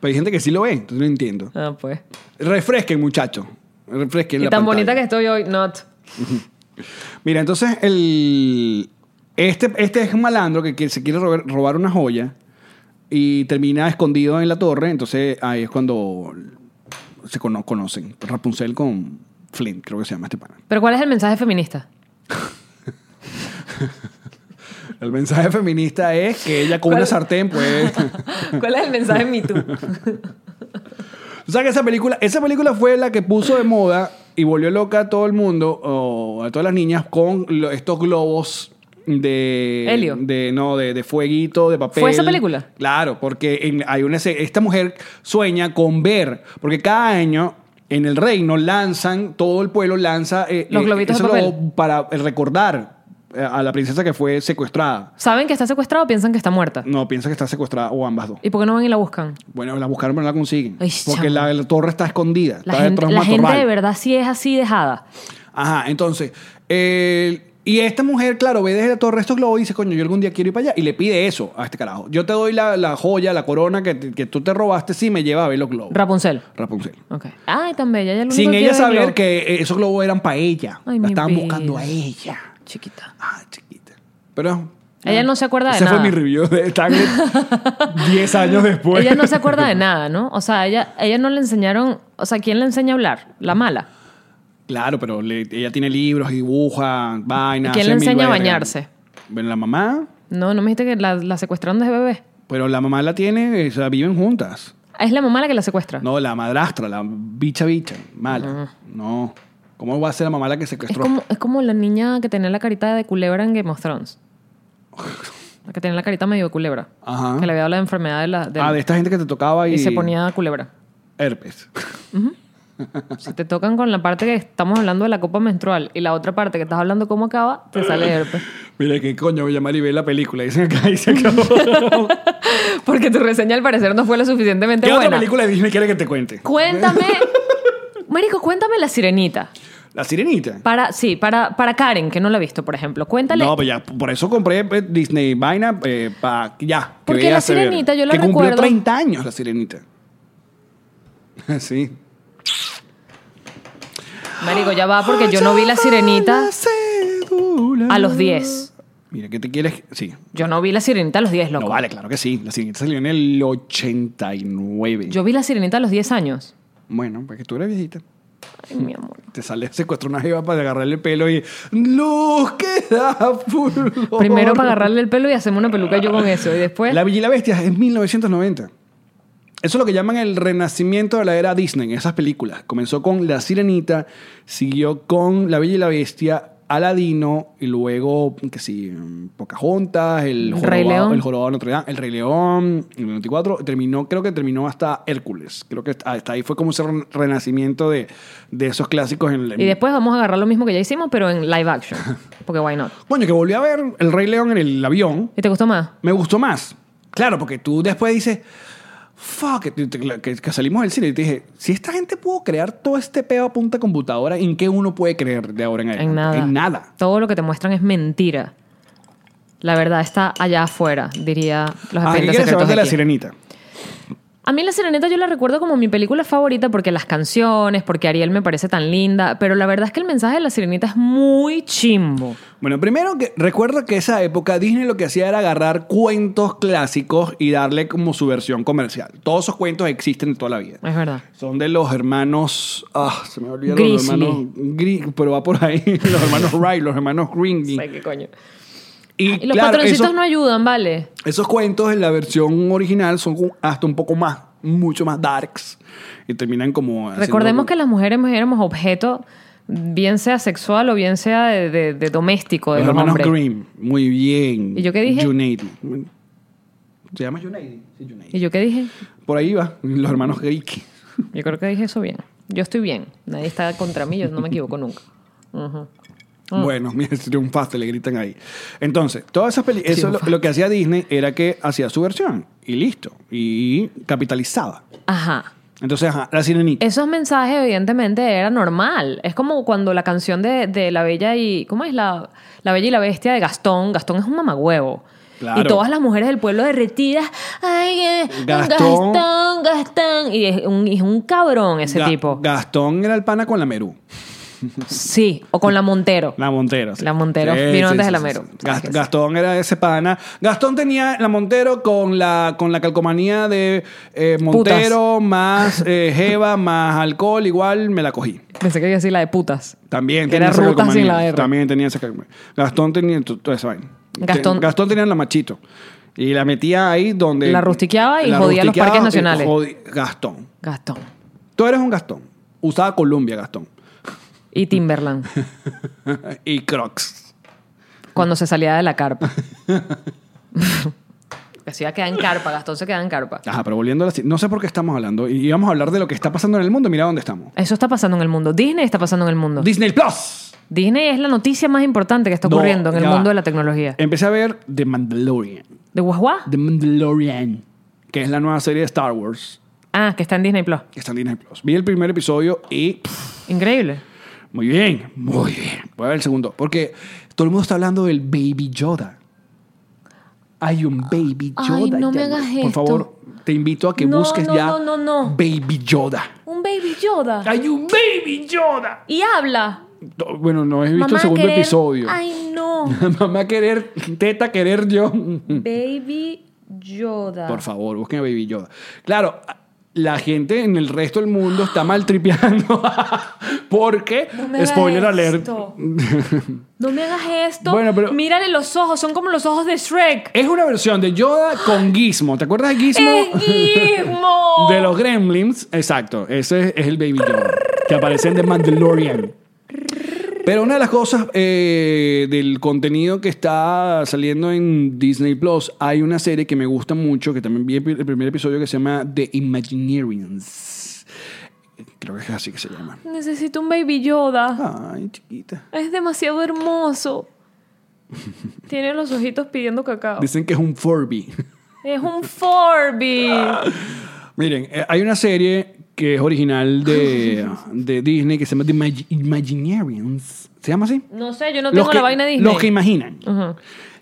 A: Pero hay gente que sí lo ve, entonces no entiendo.
B: Ah, pues.
A: Refresquen, muchachos. Refresquen.
B: Y
A: la
B: tan
A: pantalla.
B: bonita que estoy hoy, not.
A: Mira, entonces el, este, este es un malandro que, quiere- se quiere robar, robar una joya y termina escondido en la torre. Entonces ahí es cuando se cono- conocen. Rapunzel con Flint, creo que se llama este pana.
B: Pero ¿cuál es el mensaje feminista?
A: El mensaje feminista es que ella con una
B: ¿Cuál?
A: sartén, pues...
B: ¿Cuál es el mensaje Me Too?
A: o sea que esa película, esa película fue la que puso de moda y volvió loca a todo el mundo, o a todas las niñas, con lo- estos globos de...
B: Helio.
A: De, no, de, de fueguito, de papel.
B: ¿Fue esa película?
A: Claro, porque en- hay una, se- esta mujer sueña con ver, porque cada año en el reino lanzan, todo el pueblo lanza eh,
B: Los
A: eh,
B: globitos de
A: esos
B: papel.
A: globos para recordar eh, a la princesa que fue secuestrada.
B: ¿Saben que está secuestrada o piensan que está muerta?
A: No, piensa que está secuestrada o ambas dos.
B: ¿Y por qué no van y la buscan?
A: Bueno, la buscaron, pero no la consiguen.
B: Ay,
A: porque
B: chamo.
A: la, la torre está escondida.
B: La,
A: está
B: gente,
A: detrás de
B: la
A: un
B: gente
A: matorral.
B: de verdad sí es así dejada.
A: Ajá, entonces. eh, y esta mujer, claro, ve desde la torre estos globos y dice, coño, yo algún día quiero ir para allá. Y le pide eso a este carajo. Yo te doy la, la joya, la corona que, te- que tú te robaste si me lleva a ver los globos.
B: Rapunzel.
A: Rapunzel.
B: Ok. Ay, tan bella. Ella lo único
A: Sin
B: que
A: ella
B: quiere es el
A: saber
B: globo.
A: que eh, esos globos eran para ella.
B: Ay,
A: la
B: mi
A: estaban
B: vida.
A: buscando a ella.
B: Chiquita.
A: Ah, chiquita. Pero...
B: Ella no se acuerda de
A: Ese
B: nada.
A: fue mi review de Tangle 10 años después.
B: Ella no se acuerda de nada, ¿no? O sea, ella, ella no le enseñaron. O sea, ¿quién le enseña a hablar? La mala.
A: Claro, pero le- ella tiene libros, dibuja, vainas.
B: ¿Quién le
A: hace mil
B: enseña a
A: vergas.
B: bañarse?
A: Bueno, la mamá,
B: No, no me dijiste que la, la secuestraron desde bebé.
A: pero la mamá la tiene, o sea, viven juntas.
B: Es la mamá la que la secuestra.
A: No, la madrastra, la bicha bicha, mala. No. ¿Cómo va a ser la mamá la que
B: es,
A: secuestró?
B: como, es como la niña que tenía la carita de culebra en Game of Thrones. La que tenía la carita medio de culebra.
A: Ajá.
B: Que le había dado la enfermedad de la. del-
A: Ah, de esta gente que te tocaba y...
B: Y se ponía culebra.
A: Herpes.
B: Si te tocan con la parte que estamos hablando de la copa menstrual y la otra parte que estás hablando cómo acaba, te sale herpes.
A: Mira, ¿qué coño voy a llamar y ver la película? Dicen acá y se acabó.
B: Porque tu reseña al parecer no fue lo suficientemente
A: ¿Qué otra
B: buena.
A: película de Disney quiere que te cuente?
B: Cuéntame. Marico, cuéntame la sirenita.
A: La Sirenita.
B: Para, sí, para, para Karen, que no la ha visto, por ejemplo. Cuéntale.
A: No, pues ya, por eso compré eh, Disney Vaina, eh, pa- ya. que
B: Porque
A: veas
B: La
A: ese verga.
B: Sirenita, yo la
A: que cumplió
B: recuerdo.
A: 30 años la Sirenita. sí.
B: Ah,
A: Ah,
B: Marico, ya va porque yo no vi la sirenita
A: La cédula.
B: a los 10.
A: Mira, ¿qué te quieres? Sí.
B: Yo no vi la sirenita a los 10, loco.
A: No, vale, claro que sí. La siguiente salió en el 89.
B: Yo vi la sirenita a los 10 años.
A: Bueno, pues que tú eres viejita.
B: Ay, mi amor.
A: Te sale secuestrar una jeva para agarrarle el pelo y... ¡Luz, queda fulor!
B: Primero para agarrarle el pelo y hacemos una peluca yo con eso. Y después.
A: Oh, La Bella y la Bestia es 1990. Eso es lo que llaman el renacimiento de la era Disney, esas películas. Comenzó con La Sirenita, siguió con La Bella y la Bestia, Aladino, y luego, que sí, Pocahontas, El
B: El Rey
A: Jorobado-
B: León.
A: el Jorobado de Notre Dame, El Rey León, el 94. Terminó, creo que terminó hasta Hércules. Creo que hasta ahí fue como ese ren- renacimiento de, de esos clásicos. En,
B: Y después vamos a agarrar lo mismo que ya hicimos, pero en live action. Porque why not.
A: Coño, que volví a ver El Rey León en el avión.
B: ¿Y te gustó más?
A: me gustó más. Claro, porque tú después dices, fuck, que, que- que salimos del cine y te dije, si esta gente pudo crear todo este pedo a punta de computadora, ¿en qué uno puede creer de ahora en adelante?
B: En nada.
A: En nada.
B: Todo lo que te muestran es mentira. La verdad está allá afuera, diría los
A: Ah, ¿qué
B: expedientes
A: quieres
B: secretos
A: saber de
B: de
A: la
B: aquí.
A: sirenita?
B: A mí La Sirenita yo la recuerdo como mi película favorita porque las canciones, porque Ariel me parece tan linda, pero la verdad es que el mensaje de La Sirenita es muy chimbo.
A: Bueno, primero que recuerda que esa época Disney lo que hacía era agarrar cuentos clásicos y darle como su versión comercial. Todos esos cuentos existen de toda la vida.
B: Es verdad.
A: Son de los hermanos. Ah, se me olvidaron los
B: Grizzly.
A: hermanos. Gri- pero va por ahí. los hermanos Wright, los hermanos Gringy.
B: Ay, qué coño.
A: Y,
B: Y los
A: claro, Ah,
B: patroncitos
A: esos-
B: no ayudan, ¿vale?
A: Esos cuentos en la versión original son como hasta un poco más, mucho más darks. Y terminan como... haciendo-
B: Recordemos que las mujeres éramos objeto, bien sea sexual o bien sea de, de- de doméstico, de
A: Los
B: los,
A: hermanos
B: hombres.
A: Grimm. Muy bien.
B: ¿Y yo qué dije?
A: Junaidi. ¿Se llama Junaidi? Sí, Junaidi.
B: ¿Y yo qué dije?
A: Por ahí va. Los hermanos Greek.
B: Yo creo que dije eso bien. Yo estoy bien. Nadie está contra mí, yo no me equivoco nunca. Ah.
A: Bueno, mira, si triunfaste, le gritan ahí. Entonces, todas esas películas... Eso lo,
B: Triunfaste.
A: lo que hacía Disney era que hacía su versión. Y listo. Y capitalizaba.
B: Ajá.
A: Entonces, ajá, la sirenita.
B: Esos mensajes, evidentemente, era normal. Es como cuando la canción de, de La Bella y. ¿Cómo es? La, la Bella y la Bestia de Gastón. Gastón es un mamagüevo.
A: Claro.
B: Y todas las mujeres del pueblo derretidas. ¡Ay, eh,
A: Gastón.
B: Gastón! Gastón, Y es un, es un cabrón ese
A: Ga-
B: tipo.
A: Gastón era el pana con la Merú.
B: Sí, o con la Montero.
A: La Montero. sí.
B: La Montero. Vino antes de la Mero.
A: Gas-
B: Sabes que sí.
A: Gastón era ese pana. Gastón tenía la Montero con la, con la calcomanía de eh, Montero más eh, Jeva más alcohol, igual me la cogí.
B: Pensé que iba a decir la de putas.
A: También
B: Que
A: tenía
B: era
A: esa
B: ruta sin
A: calcomanía.
B: la R.
A: También tenía esa calcomanía. Gastón tenía to- toda esa vaina.
B: Gastón-
A: Ten- Gastón tenía la machito. Y la metía ahí donde.
B: La rustiqueaba y jodía los
A: rustiqueaba
B: parques
A: y
B: nacionales.
A: jodi- Gastón.
B: Gastón.
A: Tú eres un Gastón. Usaba Columbia, Gastón.
B: Y Timberland.
A: y Crocs.
B: cuando se salía de la carpa. que se iba a quedar en carpa, Gastón se queda en carpa.
A: Ajá, pero volviendo a la... No sé por qué estamos hablando. Y vamos a hablar de lo que está pasando en el mundo. Mira dónde estamos.
B: Eso está pasando en el mundo. Disney está pasando en el mundo.
A: Disney Plus.
B: Disney es la noticia más importante que está
A: No,
B: ocurriendo en el
A: ya
B: mundo
A: va. Eh,
B: de la tecnología.
A: Empecé a ver The Mandalorian.
B: ¿De Guasguá?
A: The Mandalorian. Que es la nueva serie de Star Wars.
B: Ah, que está en Disney Plus.
A: Que está en Disney Plus. Vi el primer episodio y... pff,
B: Increíble.
A: muy bien, muy bien. Voy a ver el segundo. Porque todo el mundo está hablando del Baby Yoda. Hay un Baby
B: Ay,
A: Yoda.
B: no me
A: ya,
B: hagas
A: Por
B: esto.
A: favor, te invito a que
B: No,
A: busques
B: no,
A: ya
B: no, no, no.
A: Baby Yoda.
B: Un baby Yoda.
A: Hay un Baby Yoda.
B: Y habla.
A: No, Bueno, no he visto el segundo episodio.
B: Ay, no.
A: Mamá querer, teta querer yo.
B: baby Yoda.
A: Por favor, busquen a Baby Yoda. Claro, la gente en el resto del mundo está maltripeando porque,
B: No me hagas
A: spoiler alert,
B: esto. No me hagas esto.
A: Bueno, pero-
B: Mírale los ojos. Son como los ojos de Shrek.
A: es una versión de Yoda con Gizmo. ¿Te acuerdas de Gizmo?
B: Eh, Gizmo!
A: De los Gremlins, exacto. Ese es el Baby Yoda que aparece en The Mandalorian. Pero una de las cosas eh, del contenido que está saliendo en Disney Plus, hay una serie que me gusta mucho, que también vi el primer episodio, que se llama The Imagineerians. Creo que es así que se llama.
B: Necesito un baby Yoda.
A: Ay, chiquita.
B: Es demasiado hermoso. Tiene los ojitos pidiendo cacao.
A: Dicen que es un Furby.
B: Es un Forby.
A: Miren, eh, hay una serie que es original de, de Disney que se llama The Imag- Imagineerians. ¿Se llama así?
B: No sé, yo no tengo
A: que,
B: la vaina Disney.
A: Los que imaginan.
B: Ajá.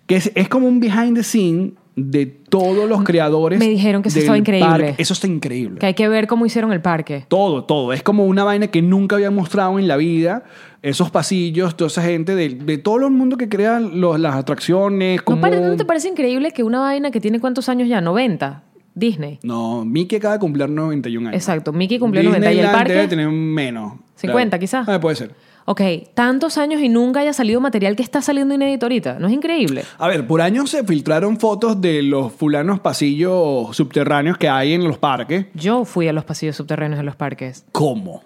A: Que es, es como un behind the scene de todos los creadores.
B: Mm, Me dijeron que eso estaba
A: del
B: increíble.
A: parque. Eso está increíble.
B: Que hay que ver cómo hicieron el parque.
A: Todo, todo. Es como una vaina que nunca había mostrado en la vida. Esos pasillos, toda esa gente, de, de todo el mundo que crea los- las atracciones.
B: ¿No,
A: Como...
B: pare- ¿No te parece increíble que una vaina que tiene cuántos años ya? 90. Disney.
A: No, Mickey acaba de cumplir 91 años.
B: Exacto, Mickey cumplió 90 y el
A: Disneyland
B: parque-
A: debe tener menos.
B: 50 quizás.
A: Ah, puede ser.
B: Ok, tantos años y nunca haya salido material que está saliendo inédito ahorita. ¿No es increíble?
A: A ver, por años se filtraron fotos de los fulanos pasillos subterráneos que hay en los parques.
B: Yo fui a los pasillos subterráneos de los parques.
A: ¿Cómo?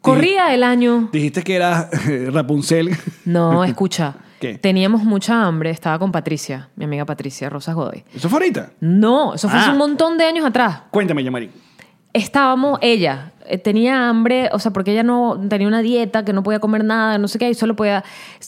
B: Corría el año.
A: Dijiste que era eh, Rapunzel.
B: No, escucha.
A: ¿Qué?
B: Teníamos mucha hambre. Estaba con Patricia, mi amiga Patricia Rosas Godoy.
A: Eso fue ahorita.
B: No, eso fue hace
A: Ah.
B: un montón de años atrás.
A: Cuéntame, Yamari.
B: Estábamos, ella eh, tenía hambre, o sea, porque ella no tenía una dieta, que no podía comer nada, no sé qué, y solo podía.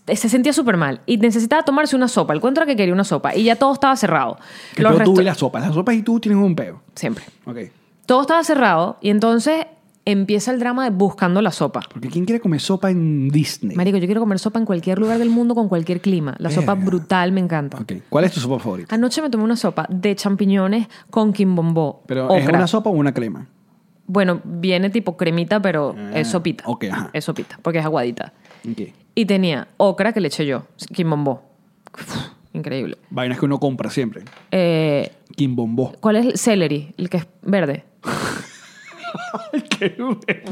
B: eh, Se sentía súper mal y necesitaba tomarse una sopa. El cuento era que quería una sopa y ya todo estaba cerrado.
A: Que
B: Los
A: pero tú
B: resta-
A: y las sopas. Las sopas y tú tienes un peo.
B: Siempre.
A: Ok.
B: Todo estaba cerrado y entonces empieza el drama de buscando la sopa.
A: Porque ¿quién quiere comer sopa en Disney?
B: Marico, yo quiero comer sopa en cualquier lugar del mundo, con cualquier clima. La sopa
A: Verga.
B: brutal me encanta.
A: Ok. ¿Cuál es tu sopa favorita?
B: Anoche me tomé una sopa de champiñones con quimbombó.
A: Pero ¿es
B: okra.
A: una sopa o una crema?
B: Bueno, viene tipo cremita, pero
A: Ah,
B: es sopita.
A: ok, ajá.
B: Es sopita, porque es aguadita.
A: Ok.
B: Y tenía okra que le eché yo, quimbombó. Uf, Increíble.
A: Vainas que uno compra siempre.
B: Eh,
A: Quimbombó.
B: ¿Cuál es el celery? El que es verde.
A: Qué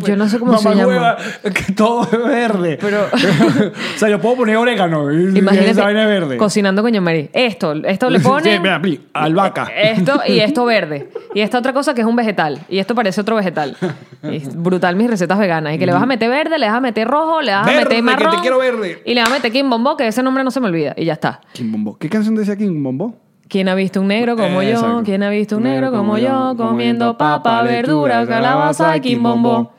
B: Yo no sé cómo
A: Mamá
B: se llama.
A: hueva, que todo es verde.
B: Pero-
A: o sea, yo puedo poner orégano. y- y Esa vaina es verde.
B: cocinando con Yamari. Esto, esto le
A: Sí,
B: ponen... Eh,
A: mira, pli, albahaca.
B: Esto y esto verde. Y esta otra cosa que es un vegetal. Y esto parece otro vegetal. Y es brutal mis recetas veganas. Y que le vas a meter verde, le vas a meter rojo, le vas
A: Verde,
B: a meter
A: que te
B: marrón.
A: quiero verde.
B: Y le vas a meter quimbombó, que ese nombre no se me olvida. Y ya está.
A: Quimbombó. ¿Qué canción decía Quimbombó?
B: ¿Quién ha visto un negro como
A: Eh,
B: yo?
A: exacto.
B: ¿Quién ha visto un negro como yo? Comiendo papa, verdura, calabaza y quimbombó.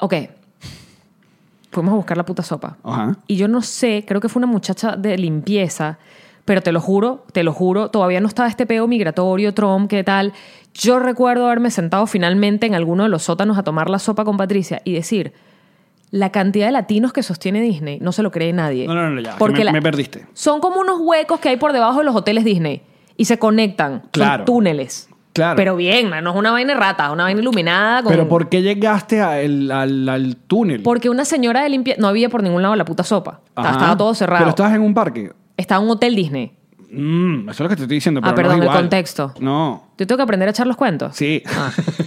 B: Ok. Fuimos a buscar la puta sopa.
A: Ajá.
B: Y yo no sé, creo que fue una muchacha de limpieza, pero te lo juro, te lo juro, todavía no estaba este peo migratorio, Trump, qué tal. Yo recuerdo haberme sentado finalmente en alguno de los sótanos a tomar la sopa con Patricia y decir, la cantidad de latinos que sostiene Disney no se lo cree nadie.
A: No, no, no, ya, que me- me perdiste.
B: Son como unos huecos que hay por debajo de los hoteles Disney y se conectan.
A: Claro.
B: Son túneles.
A: Claro.
B: Pero bien, man, no es una vaina de rata, es una vaina iluminada. Con...
A: Pero ¿por qué llegaste a el- al, al túnel?
B: Porque una señora de limpieza... No había por ningún lado la puta sopa. Estaba-
A: Ajá.
B: Estaba todo cerrado.
A: Pero estabas en un parque.
B: Estaba en un hotel Disney.
A: Mm, eso es lo que te estoy diciendo.
B: Ah,
A: pero no es
B: perdón, el
A: igual.
B: contexto. Ah.
A: No.
B: Yo tengo que aprender a echar los cuentos.
A: Sí.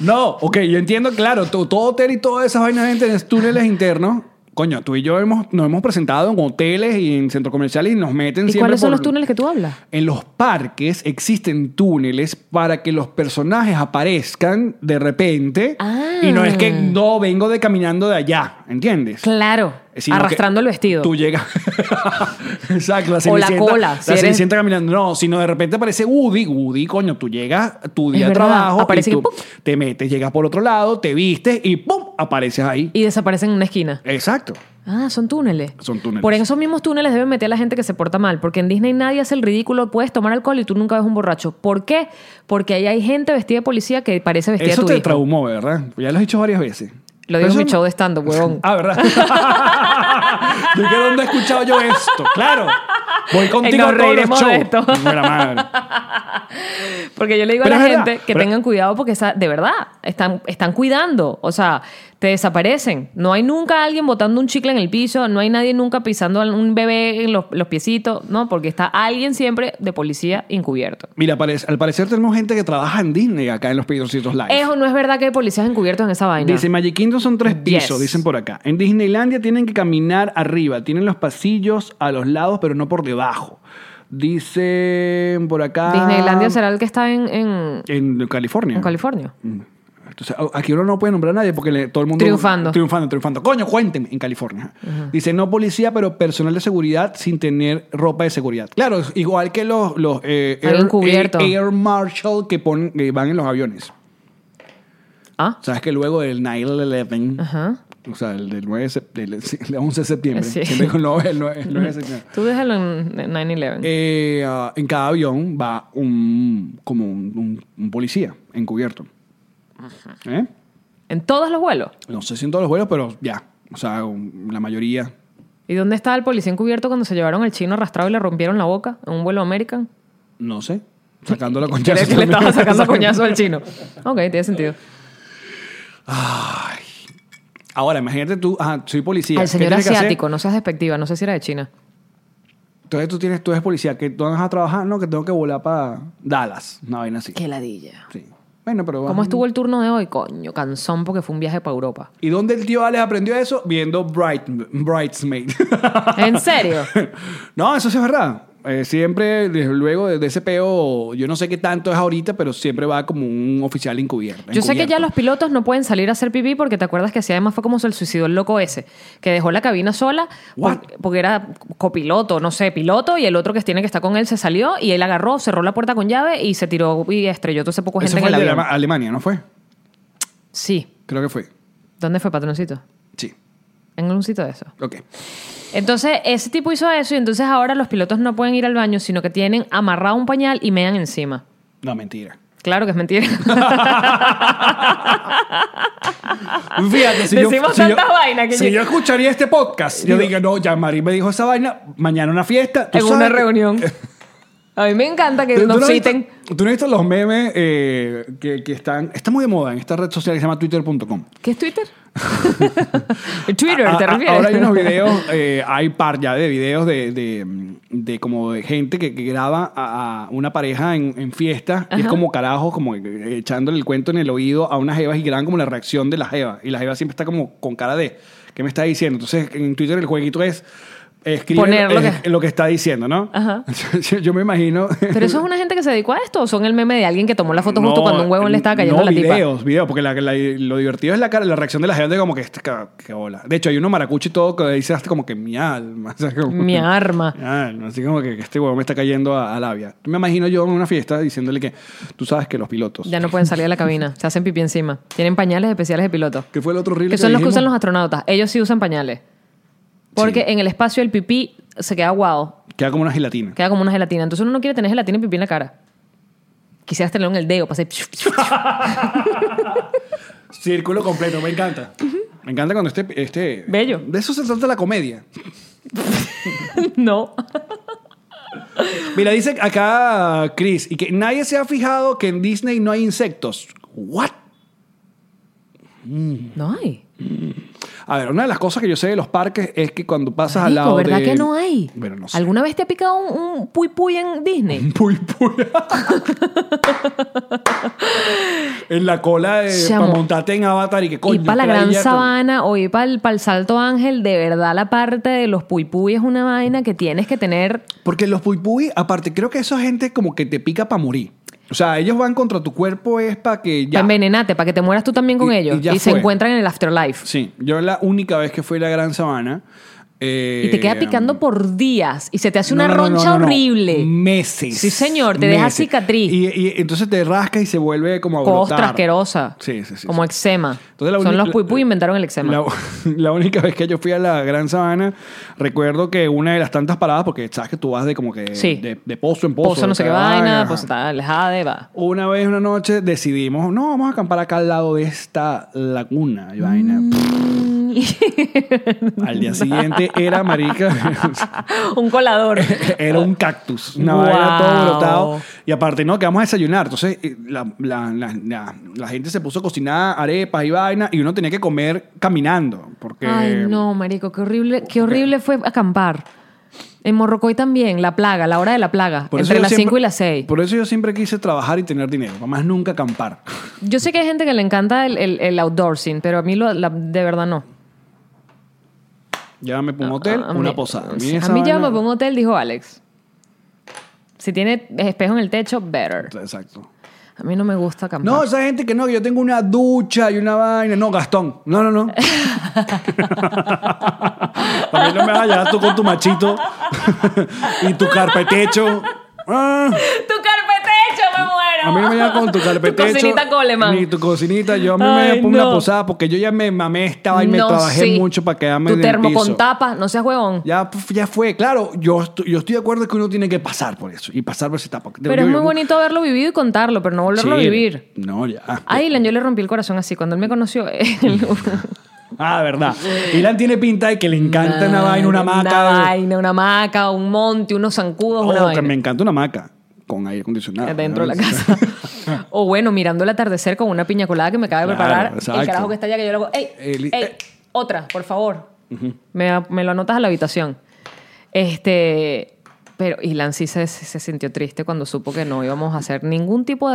A: no, ok, yo entiendo, claro, to- todo hotel y todas esas vainas de internet, túneles internos. Coño, tú y yo hemos, nos hemos presentado en hoteles y en centros comerciales y nos meten
B: ¿Y
A: siempre
B: cuáles son
A: por-
B: los túneles que tú hablas?
A: En los parques existen túneles para que los personajes aparezcan de repente.
B: Ah.
A: Y no es que no vengo de caminando de allá, ¿entiendes?
B: Claro.
A: Sino que
B: arrastrando el vestido.
A: Tú llegas. Exacto, la
B: O la
A: Cenicienta-
B: cola, si
A: la
B: eres-
A: Cenicienta caminando. No, sino de repente aparece Woody. Woody, coño, tú llegas a tu día
B: Es
A: de
B: verdad,
A: trabajo.
B: aparece
A: y
B: y
A: tú
B: ¡pum!
A: te metes, llegas por otro lado, te vistes y ¡pum! apareces ahí.
B: Y desaparecen en una esquina.
A: Exacto.
B: Ah, son túneles.
A: Son túneles.
B: Por esos mismos túneles deben meter a la gente que se porta mal. Porque en Disney nadie hace el ridículo. Puedes tomar alcohol y tú nunca ves un borracho. ¿Por qué? Porque ahí hay gente vestida de policía que parece vestida
A: Eso
B: de tu
A: te
B: hijo.
A: traumó, ¿verdad? Ya lo has dicho varias veces.
B: Lo digo en
A: Pero
B: mi
A: eso-
B: show de stand-up, huevón.
A: Ah, ¿verdad? ¿De qué dónde he escuchado yo esto? Claro. Voy contigo
B: nos
A: a todos los
B: reiremos de
A: shows.
B: esto.
A: Buena madre.
B: Porque yo le digo
A: Pero
B: a la
A: es verdad,
B: gente que
A: pero-
B: tengan cuidado porque esa- de verdad están, están cuidando. O sea, te desaparecen. No hay nunca alguien botando un chicle en el piso, no hay nadie nunca pisando a un bebé en los, los piecitos, ¿no? Porque está alguien siempre de policía encubierto.
A: Mira, parece- al parecer tenemos gente que trabaja en Disney acá en los Pedrocitos Live.
B: Eso no es verdad que hay policías encubiertos en esa vaina.
A: Dice, Magic Kingdom son tres pisos,
B: Yes.
A: dicen por acá. En Disneylandia tienen que caminar arriba, tienen los pasillos a los lados, pero no por debajo. Dicen por acá... Ah.
B: Disneylandia será el que está en, en,
A: En California. Mm.
B: en California.
A: Entonces, a- aquí uno no puede nombrar a nadie porque le- todo el mundo...
B: Triunfando.
A: Triunfando, triunfando. Coño, cuenten en California. Dice, no policía, pero personal de seguridad sin tener ropa de seguridad. Claro, es igual que los, los eh,
B: Hay encubierto.
A: air, air Marshal que, ponen, que van en los aviones.
B: Ah,
A: Sabes que luego del 9-11...
B: ajá.
A: O sea, el del 9 de sep- del- sí, el 11 de septiembre.
B: Sí.
A: Siempre con lo- el 9, el 9 de septiembre.
B: Tú déjalo en 9-11.
A: Eh, ah, en cada avión va un, como un, un- un policía encubierto. ¿Eh?
B: En todos los vuelos.
A: No sé si en todos los vuelos, pero ya. O sea, un- la mayoría.
B: ¿Y dónde estaba el policía encubierto cuando se llevaron al chino arrastrado y le rompieron la boca en un vuelo American?
A: No sé. Sacando la concha.
B: Crees que le estaba sacando coñazo al chino. Ok, tiene sentido.
A: Ahora, imagínate tú, ajá, soy policía.
B: al
A: ¿qué
B: señor
A: tienes que hacer?
B: asiático, no seas despectiva, no sé si era de China.
A: Entonces tú tienes, tú eres policía, que tú vas a trabajar, no, que tengo que volar para Dallas, una vaina así.
B: Qué ladilla.
A: Sí. Bueno, pero
B: ¿Cómo
A: vamos.
B: estuvo el turno de hoy? Coño, cansón porque fue un viaje para Europa.
A: ¿Y dónde el tío Alex aprendió eso? Viendo Bright, Bridesmaid.
B: ¿En serio?
A: no, eso sí es verdad. Eh, siempre, desde luego, desde ese peo, yo no sé qué tanto es ahorita, pero siempre va como un oficial encubierto.
B: Yo sé que ya
A: encubierto.
B: los pilotos no pueden salir a hacer pipí porque te acuerdas que así además fue como se suicidó el loco ese, que dejó la cabina sola por-
A: What?
B: porque era copiloto, no sé, piloto y el otro que tiene que estar con él se salió y él agarró, cerró la puerta con llave y se tiró y estrelló todo ese poco
A: Ese
B: gente en
A: fue
B: el
A: el de
B: avión.
A: Alema- Alemania, ¿no fue?
B: Sí.
A: Creo que fue.
B: ¿Dónde fue, patroncito?
A: Sí.
B: En algún sitio de eso.
A: Ok.
B: Entonces, ese tipo hizo eso y entonces ahora los pilotos no pueden ir al baño, sino que tienen amarrado un pañal y mean encima.
A: No, mentira.
B: Claro que es mentira.
A: Fíjate, si yo-
B: Decimos
A: si yo,
B: tantas vainas que
A: si
B: yo-
A: yo escucharía este podcast, yo
B: Digo-
A: digo, no, ya Marín me dijo esa vaina, mañana una fiesta. tú
B: en una
A: sabes que-
B: reunión. A mí me encanta que
A: ¿Tú- tú
B: nos
A: no has
B: citen.
A: visto- ¿Tú no has visto los memes eh, que, que están... Está muy de moda en esta red social que se llama twitter.com.
B: ¿Qué es Twitter? Twitter,
A: A-
B: ¿te
A: a-
B: refieres?
A: Ah, Ahora hay unos videos, eh, hay par ya de videos de, de, de como de gente que, que graba a, a una pareja en, en fiesta y es
B: Ajá.
A: como carajos, como echándole el cuento en el oído a unas jevas y graban como la reacción de la jeva. Y la jeva siempre está como con cara de, ¿qué me está diciendo? Entonces en Twitter el jueguito es... Escribe
B: Poner
A: lo,
B: lo
A: es-
B: que-
A: lo que está diciendo, ¿no?
B: Ajá.
A: Yo, yo me imagino.
B: ¿Pero eso es una gente que se dedicó a esto o son el meme de alguien que tomó la foto justo
A: No,
B: cuando un huevo le estaba cayendo
A: no,
B: a la tipa?
A: videos, videos, porque la- la- lo divertido es la cara, la reacción de la gente como que "Este ca- qué bola. De hecho, hay uno maracucho y todo que dice hasta como que mi alma, o sea, como-
B: Mi arma.
A: Mi alma, así como que, que este huevo me está cayendo a, a labia. Me imagino yo en una fiesta diciéndole que tú sabes que los pilotos.
B: Ya no pueden salir de la cabina. Se hacen pipí encima. Tienen pañales especiales de piloto.
A: ¿Qué fue el otro reel
B: Que son los que
A: dijimos?
B: usan los astronautas. Ellos sí usan pañales. Porque
A: Sí.
B: en el espacio el pipí se queda aguado.
A: Queda como una gelatina.
B: Queda como una gelatina. Entonces uno no quiere tener gelatina y pipí en la cara. Quisieras tenerlo en el dedo para hacer...
A: Círculo completo, me encanta. Me encanta cuando este, este...
B: Bello.
A: De eso se trata la comedia.
B: no.
A: Mira, dice acá Chris, y que nadie se ha fijado que en Disney no hay insectos. ¿What?
B: No hay.
A: A ver, una de las cosas que yo sé de los parques es que cuando pasas al
B: Marico,
A: lado
B: ¿verdad
A: de-
B: que no hay?
A: Bueno, no sé.
B: ¿Alguna vez te ha picado un, un puy puy en Disney?
A: Puy, puy. en la cola de
B: Chamo.
A: para montarte en Avatar y que
B: y
A: coño.
B: para la
A: qué
B: Gran
A: ladilla con-
B: Sabana o ir para el, Salto Ángel, de verdad la parte de los puy puy es una vaina que tienes que tener.
A: Porque los puy puy, aparte, creo que esa gente como que te pica para morir. O sea, ellos van contra tu cuerpo es para que
B: Para
A: ya.
B: envenenarte, para que te mueras tú también con
A: Y-
B: ellos.
A: y
B: Y,
A: ya
B: se
A: fue.
B: encuentran en el afterlife.
A: Sí, yo la única vez que fui a la Gran Sabana. eh,
B: y te queda picando por días. Y se te hace una
A: No, no, no,
B: roncha
A: no, no.
B: horrible.
A: Meses.
B: Sí, señor, te deja cicatriz.
A: Y, y entonces te rasca y se vuelve como a
B: Costra
A: brotar.
B: asquerosa.
A: Sí, sí, sí.
B: Como
A: sí.
B: eczema.
A: Entonces, la
B: Son
A: uni-
B: los
A: la-
B: puy puy inventaron el eczema.
A: La, la única vez que yo fui a la Gran Sabana, recuerdo que una de las tantas paradas, porque sabes que tú vas de como que
B: Sí.
A: de, de pozo en pozo.
B: Pozo no
A: de
B: sé qué
A: cada
B: vaina,
A: ajá.
B: pozo tal, jade, va.
A: Una vez, una noche, decidimos, no, vamos a acampar acá al lado de esta laguna. Y vaina.
B: Mm.
A: Al día siguiente era marica.
B: Un colador.
A: Era un cactus, una
B: Wow.
A: vaina todo brotado. Y aparte, no, que vamos a desayunar. Entonces, eh, la, la- la- la- la gente se puso a cocinar arepas y vaina, y uno tenía que comer caminando. Porque
B: Ay, no, marico, qué horrible, qué horrible fue acampar. En Morrocoy también, la plaga, la hora de la plaga,
A: Por eso
B: entre
A: yo
B: las
A: siempre-
B: 5 y las 6.
A: Por eso yo siempre quise trabajar y tener dinero, más nunca acampar.
B: Yo sé que hay gente que le encanta el, el, el outdoorsing, pero a mí lo- la- de verdad no.
A: Llámame para un hotel,
B: A- a
A: una
B: mí-
A: posada.
B: A
A: mí esa
B: mí
A: vaina-
B: llámame por un hotel, dijo Alex. Si tiene espejo en el techo, better.
A: Exacto.
B: A mí no me gusta acampar.
A: No, esa gente que no, que yo tengo una ducha y una vaina. No, Gastón. No, no, no. a mí no me vas a llegar tú con tu machito y tu carpetecho. Ah,
B: ¡Tu carpetecho, me muero!
A: a mí no me llegas con tu carpetecho.
B: Tu cocinita Coleman.
A: Ni tu cocinita. Yo a mí me
B: Ay,
A: pongo una
B: no.
A: posada porque yo ya me mamé estaba y me
B: No,
A: trabajé
B: sí.
A: mucho para quedarme
B: Tu
A: en el
B: termo
A: piso.
B: con tapa, no seas huevón.
A: Ya, puf, ya fue, claro, yo, estu- yo estoy de acuerdo que uno tiene que pasar por eso y pasar por esa etapa.
B: Pero es muy bonito haberlo vivido y contarlo, pero no volverlo a vivir.
A: No, ya.
B: A Dylan yo le rompí el corazón así cuando él me conoció. él-
A: Ah, verdad. Ilan tiene pinta de que le encanta una vaina, una
B: Ah, Una
A: maca.
B: vaina, una hamaca, un monte, unos zancudos, una
A: Oh, que
B: vaina.
A: me encanta una maca. con aire acondicionado.
B: dentro de la casa. o bueno, mirando el atardecer con una piña colada que me acaba de
A: Claro,
B: preparar.
A: exacto.
B: el carajo que está allá que yo le hago, ¡ey!
A: El-
B: ey,
A: eh.
B: Otra, por favor. me, me lo anotas a la habitación. Este. Pero Ilan sí se, se sintió triste cuando supo que no íbamos a hacer ningún tipo de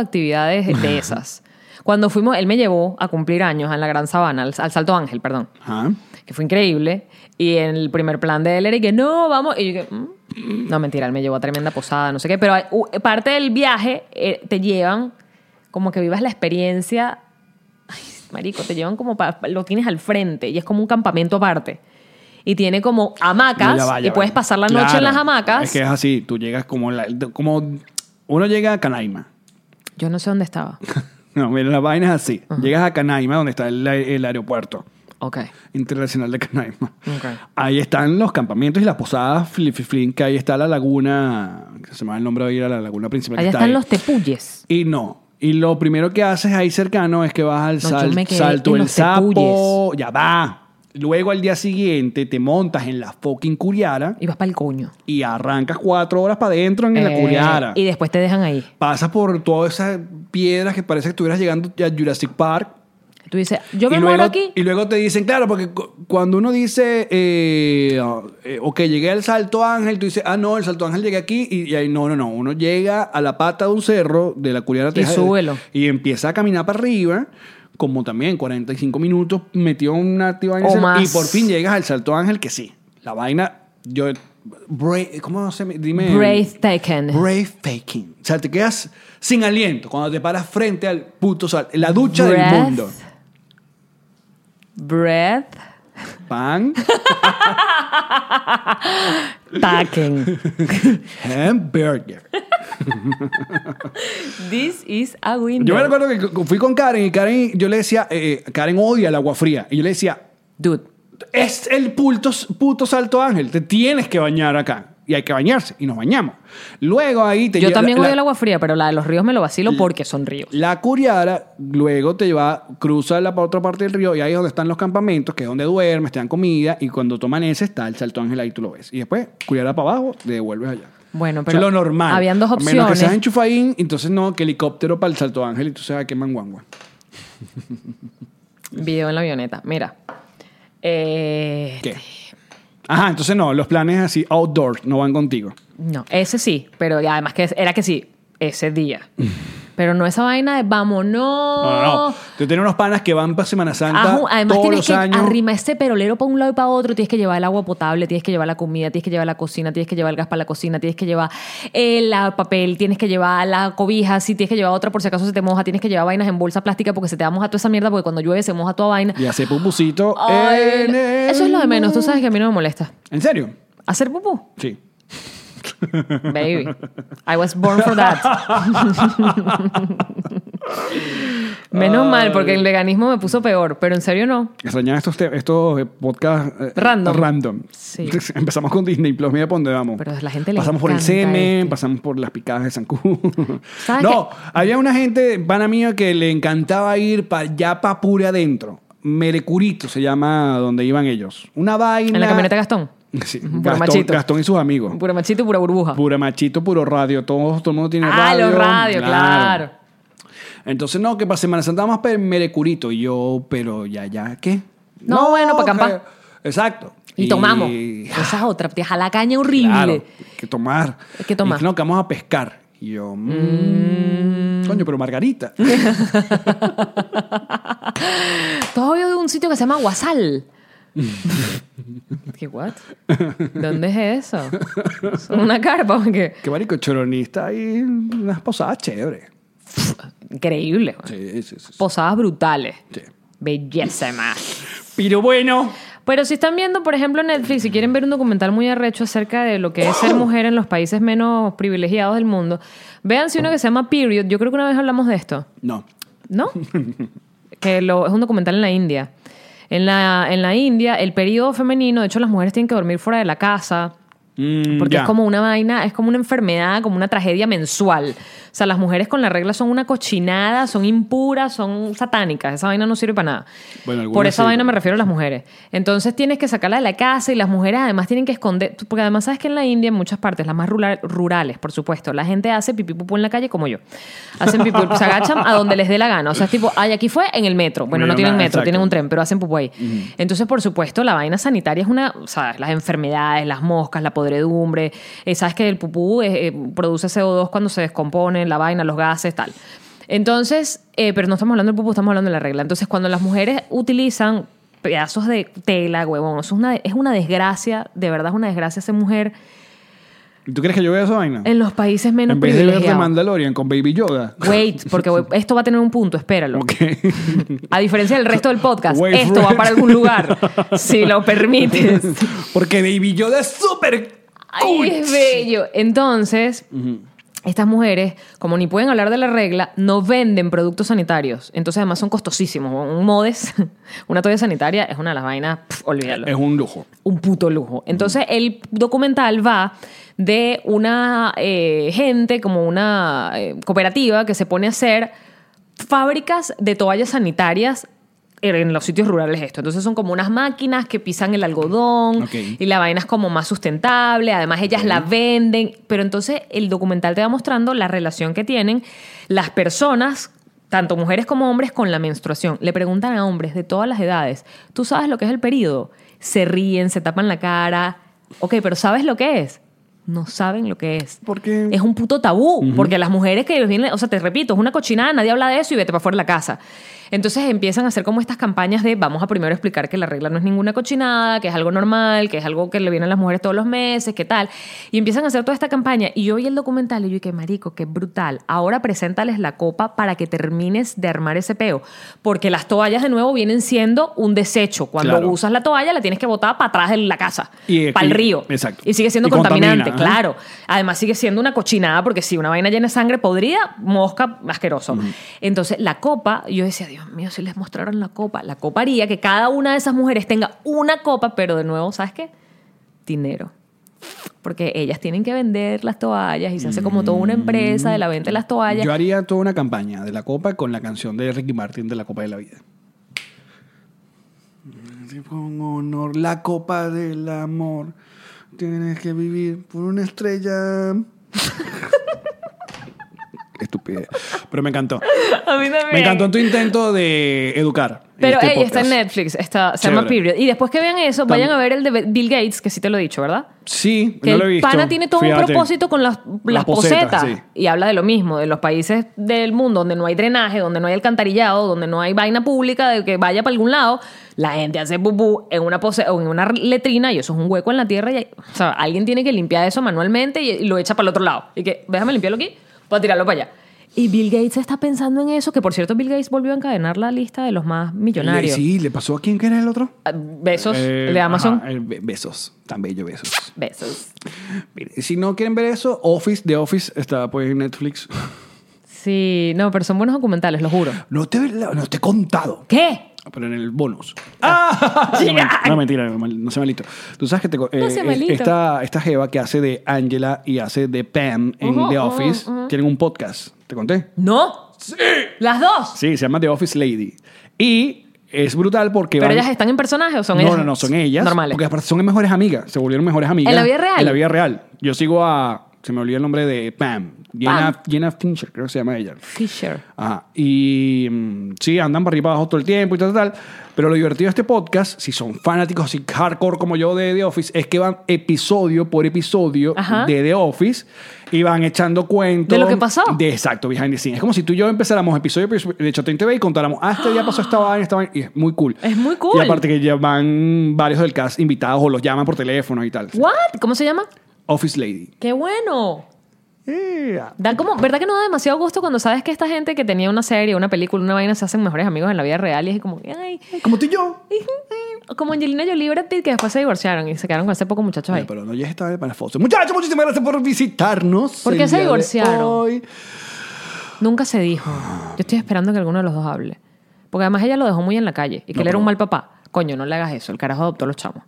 B: actividades de esas. Cuando fuimos, él me llevó a cumplir años en la Gran Sabana, al- al Salto Ángel, perdón
A: Ajá.
B: que fue increíble. Y en el primer plan de él era y que no, vamos. Y yo que, "Mm". no, mentira, él me llevó a tremenda posada, no sé qué. Pero hay- u- parte del viaje eh, te llevan como que vivas la experiencia. Ay, marico, te llevan como pa- lo tienes al frente y es como un campamento aparte. Y tiene como hamacas
A: No, ya va, ya
B: y
A: va.
B: puedes pasar la noche en
A: Claro.
B: las hamacas.
A: Es que es así, tú llegas como la- como uno llega a Canaima.
B: Yo no sé dónde estaba.
A: No, mira, la vaina es así. Llegas a Canaima, donde está el, el aeropuerto
B: Ok.
A: internacional de Canaima.
B: Ok.
A: Ahí están los campamentos y las posadas flififlin, que ahí está la laguna, que se me va el nombre de ir a la laguna principal. que
B: Allá
A: está
B: están
A: ahí.
B: los tepuyes.
A: Y no. Y lo primero que haces ahí cercano es que vas al
B: No,
A: sal-
B: yo me quedé
A: salto
B: en
A: del
B: los
A: sapo. Ya va. Luego al día siguiente te montas en la fucking curiara
B: Y vas para el coño.
A: y arrancas cuatro horas para adentro en la
B: Eh,
A: curiara.
B: Y después te dejan ahí.
A: Pasas por todas esas piedras que parece que estuvieras llegando a Jurassic Park.
B: Tú dices, yo me
A: y, luego,
B: muero aquí.
A: y luego te dicen, claro, porque cu- cuando uno dice, eh, eh, ok, llegué al Salto Ángel, tú dices, ah, no, el Salto Ángel llegué aquí, y, y ahí no, no, no, uno llega a la pata de un cerro de la Curiara Texas,
B: súbelo.
A: Y empieza a caminar para arriba, como también 45 minutos, metió una activa en
B: O
A: el cerro, y
B: más.
A: por fin llegas al Salto Ángel, que sí, la vaina, yo, bra- ¿cómo se me, dime?
B: Breathtaking.
A: Breathtaking. O sea, te quedas sin aliento cuando te paras frente al puto sal, la ducha del
B: Breath.
A: mundo.
B: Breath
A: Pan.
B: Taken.
A: Hamburger.
B: This is a
A: Yo me
B: window.
A: recuerdo que cu- fui con Karen y Karen, yo le decía, eh, eh, Karen odia el agua fría. Y yo le decía,
B: Dude.
A: es el puto, puto salto ángel, te tienes que bañar acá. Y hay que bañarse. Y nos bañamos. Luego ahí te
B: Yo
A: lleva-
B: también
A: la-
B: odio
A: la-
B: el agua fría, pero la de los ríos me lo vacilo porque son ríos.
A: La Curiara luego te va, cruza la otra parte del río y ahí es donde están los campamentos, que es donde duermes, te dan comida y cuando toman ese está el salto ángel ahí tú lo ves. Y después, Curiara para abajo, te devuelves allá.
B: Bueno,
A: Eso es
B: pero
A: lo normal.
B: habían dos
A: A menos que
B: opciones.
A: seas enchufadín, entonces no, que helicóptero para el salto ángel y tú sabes que manguangua.
B: Video en la avioneta. Mira. Eh,
A: ¿Qué? Ajá, entonces no, los planes así outdoors no van contigo.
B: No, ese sí, pero ya, además que era que sí, ese día. Pero no esa vaina de vámonos.
A: Mm. No, no, no. Tú tienes unos panas que van para Semana Santa
B: Ajú, Oh. además
A: todos
B: tienes
A: los
B: que
A: años.
B: arrimar ese perolero para un lado y para otro, tienes que llevar el agua potable, tienes que llevar la comida, tienes que llevar la cocina, tienes que llevar el gas para la cocina, tienes que llevar el ah, papel, tienes que llevar la cobija, si tienes que llevar otra por si acaso se te moja, tienes que llevar vainas en bolsa plástica porque se te va a mojar toda esa mierda porque cuando llueve se moja toda vaina.
A: Y hacer pupusito
B: Ay,
A: en el
B: eso es lo de menos, tú
A: mar.
B: sabes que a mí no me molesta.
A: ¿En serio?
B: Hacer pupú,
A: Sí.
B: baby. I was born for that. menos mal porque el veganismo me puso peor, pero en serio no.
A: Extrañaba estos, te- estos eh, podcasts eh,
B: Random.
A: random.
B: Sí.
A: Empezamos con Disney Plus, mira por dónde vamos.
B: Pero a la gente le
A: Pasamos por el
B: encanta
A: semen,
B: este.
A: pasamos por las picadas de San
B: ¿Sabes
A: No, había una gente, pana mía, que le encantaba ir para allá para pure adentro. Merecurito se llama donde iban ellos. Una vaina.
B: En la camioneta Gastón.
A: Sí,
B: Puro
A: Gastón,
B: machito.
A: Gastón y sus amigos.
B: Pura machito y pura burbuja.
A: Pura machito, puro radio. Todo, todo el mundo tiene
B: ah,
A: radio.
B: los radios, claro.
A: Entonces, no, que para Semana Santa vamos para el Merecurito. Y yo, pero ya, ya, ¿qué?
B: No, bueno, para acampar.
A: que- Exacto.
B: Y, tomamos.
A: Y-
B: Esa es otra, te la caña horrible.
A: Claro, hay que tomar.
B: Hay que tomar.
A: Y no, que vamos a pescar. Y yo, mm, coño, pero Margarita.
B: Todo de un sitio que se llama Guasal. ¿Qué what? ¿Dónde es eso? ¿Es una carpa porque
A: Qué marico, choronista y unas posadas chéveres.
B: increíble. güey.
A: Sí, sí, sí. sí.
B: Posadas brutales.
A: Sí.
B: Bellísima.
A: Pero bueno.
B: Pero si están viendo, por ejemplo, Netflix, si quieren ver un documental muy arrecho acerca de lo que es ser mujer en los países menos privilegiados del mundo, véanse uno que se llama Period. Yo creo que una vez hablamos de esto.
A: No.
B: ¿No? que lo- es un documental en la India. En la, en la India, el periodo femenino, de hecho, las mujeres tienen que dormir fuera de la casa.
A: Mm,
B: Porque
A: ya.
B: es como una vaina, es como una enfermedad, como una tragedia mensual. O sea, las mujeres con la regla son una cochinada, son impuras, son satánicas. Esa vaina no sirve para nada.
A: Bueno, algunas
B: Por esa
A: sí,
B: vaina
A: pero-
B: me refiero a las mujeres. Entonces tienes que sacarla de la casa y las mujeres además tienen que esconder. Porque además sabes que en la India, en muchas partes, las más rural- rurales, por supuesto, la gente hace pipí pupú en la calle como yo. Hacen pipí, se agachan a donde les dé la gana. O sea, es tipo, ay, aquí fue en el metro. Bueno,
A: Bueno,
B: no tienen
A: nada,
B: metro,
A: exacto.
B: tienen un tren, pero hacen pupú ahí. Entonces, por supuesto, la vaina sanitaria es una, o sea, las enfermedades, las moscas, la podredumbre, eh, sabes que el pupú eh, eh, produce CO2 cuando se descompone, la vaina, los gases, tal. Entonces, eh, pero no estamos hablando del pupú, estamos hablando de la regla. Entonces, cuando las mujeres utilizan pedazos de tela, huevón, eso es una, es una desgracia, de verdad es una desgracia ser mujer
A: ¿Tú crees que yo vea esa vaina?
B: en los países menos
A: en vez de ver The
B: privilegiados.
A: Mandalorian con Baby Yoda.
B: Wait, porque voy- esto va a tener un punto, espéralo.
A: Ok.
B: A diferencia del resto del podcast,
A: Wait
B: esto
A: for
B: va
A: it.
B: para algún lugar, si lo permites.
A: Porque Baby Yoda es súper
B: Ay,
A: cool.
B: es bello. Entonces, estas mujeres, como ni pueden hablar de la regla, no venden productos sanitarios. Entonces, además, son costosísimos. Un modes, una toalla sanitaria es una de las vainas, pf, olvídalo
A: Es un lujo.
B: un puto lujo. Entonces el documental va de una eh, gente, como una eh, cooperativa que se pone a hacer fábricas de toallas sanitarias en los sitios rurales esto. Entonces son como unas máquinas que pisan el algodón
A: Ok.
B: y la vaina es como más sustentable, además ellas la venden, pero entonces el documental te va mostrando la relación que tienen las personas, tanto mujeres como hombres, con la menstruación. Le preguntan a hombres de todas las edades, ¿tú sabes lo que es el periodo? Se ríen, se tapan la cara, ok, pero ¿sabes lo que es? No saben lo que es.
A: ¿Por qué?
B: Es un puto tabú, porque las mujeres que les vienen, o sea, te repito, es una cochinada, nadie habla de eso y vete para fuera de la casa. Entonces empiezan a hacer como estas campañas de vamos a primero explicar que la regla no es ninguna cochinada, que es algo normal, que es algo que le vienen a las mujeres todos los meses, que tal. Y empiezan a hacer toda esta campaña. Y yo vi el documental y yo dije, marico, qué brutal. Ahora preséntales la copa para que termines de armar ese peo. Porque las toallas de nuevo vienen siendo un desecho. Cuando
A: Claro.
B: usas la toalla la tienes que botar para atrás de la casa,
A: Y-
B: para el
A: y-
B: río.
A: exacto.
B: Y sigue siendo
A: Y contamina,
B: contaminante,
A: ajá.
B: claro. Claro. Además sigue siendo una cochinada porque si una vaina llena de sangre podrida, mosca, asqueroso.
A: Mm.
B: Entonces la copa, yo decía, Dios mío, si les mostraron la copa, la copa haría que cada una de esas mujeres tenga una copa, pero de nuevo, ¿sabes qué? Dinero. Porque ellas tienen que vender las toallas y se hace como toda una empresa de la venta de las toallas.
A: Mm. Yo haría toda una campaña de la copa con la canción de Ricky Martin de la Copa de la Vida. Con honor, la copa del amor. Tienes que vivir por una estrella. Estupidez. Pero me encantó.
B: A mí también.
A: Me encantó tu intento de educar. en
B: Pero
A: este
B: ey, está en
A: podcast.
B: Netflix, está, se llama
A: Chévere.
B: Period. Y después que vean eso,
A: Tam-
B: vayan a ver el de Bill Gates, que sí te lo he dicho, ¿verdad?
A: Sí,
B: Que
A: no lo he
B: el
A: visto.
B: pana tiene todo
A: Fíjate.
B: un propósito con las, las
A: Las
B: posetas.
A: posetas, sí.
B: Y habla de lo mismo, de los países del mundo donde no hay drenaje, donde no hay alcantarillado, donde no hay vaina pública de que vaya para algún lado. La gente hace pupú en una, pose o en una letrina y eso es un hueco en la tierra. Y, o sea, alguien tiene que limpiar eso manualmente y, y lo echa para el otro lado. Y que, déjame limpiarlo aquí para tirarlo para allá. Y Bill Gates está pensando en eso, que por cierto Bill Gates volvió a encadenar la lista de los más
A: Le-
B: millonarios.
A: Sí, ¿le pasó a quién que era el otro?
B: Ah, Besos
A: Eh,
B: el de Amazon.
A: ajá, el Be- besos, tan bello besos.
B: Besos.
A: Mire, Si no quieren ver eso, Office, The Office está pues en Netflix.
B: Sí, no, pero son buenos documentales, lo juro.
A: No te, no te he contado,
B: ¿Qué?
A: pero en el bonus. ¡Ah!
B: Sí.
A: No, mentira, no, mentira, no, mal- no sea malito. Tú sabes que te, co- eh,
B: sea
A: es-
B: malito.
A: esta, esta Jeva que hace de Angela y hace de Pam en
B: Ujú,
A: The
B: ujú,
A: Office tienen un podcast. ¿Te conté?
B: ¿No? Sí. ¿Las dos?
A: Sí, se llama The Office Lady. Y es brutal porque.
B: ¿Pero
A: van-
B: ellas están en personaje o son
A: no,
B: ellas?
A: No, no, son ellas.
B: Normales.
A: Porque aparte son mejores amigas. Se volvieron mejores amigas.
B: ¿En la vida real?
A: En la vida real. Yo sigo a. Se me olvidó el nombre de Pam. Jenna, Jenna Fincher, creo que se llama ella.
B: Fisher.
A: Ajá. Y mm, sí, andan para arriba y para abajo todo el tiempo y tal, tal, tal. Pero lo divertido de este podcast, si son fanáticos así hardcore como yo de The Office, es que van episodio por episodio
B: Ajá.
A: de The Office y van echando cuentos.
B: ¿De lo que pasó?
A: De exacto, behind the scenes. Es como si tú y yo empezáramos episodio por episodio de Chatén TV y contáramos, ah, este día pasó esta vaina, esta vaina. Y es muy cool.
B: Es muy cool.
A: Y aparte que ya van varios del cast invitados o los llaman por teléfono y tal.
B: ¿What? ¿Cómo se llama?
A: Office Lady.
B: ¡Qué bueno!
A: Yeah.
B: Dan como, ¿verdad que no da demasiado gusto cuando sabes que esta gente que tenía una serie, una película, una vaina, se hacen mejores amigos en la vida real y es como, ay,
A: Como tú y yo.
B: como Angelina Jolie y Brad Pitt que después se divorciaron y se quedaron con ese poco muchachos ahí.
A: Bueno, pero no ya estaba en Palafoso. Muchachos, muchísimas gracias por visitarnos.
B: ¿Por qué
A: el
B: se
A: día de
B: divorciaron?
A: hoy.
B: Nunca se dijo. Yo estoy esperando que alguno de los dos hable. Porque además ella lo dejó muy en la calle y que
A: No,
B: él era
A: pero-
B: un mal papá. Coño, no le hagas eso. El carajo adoptó a los chamos.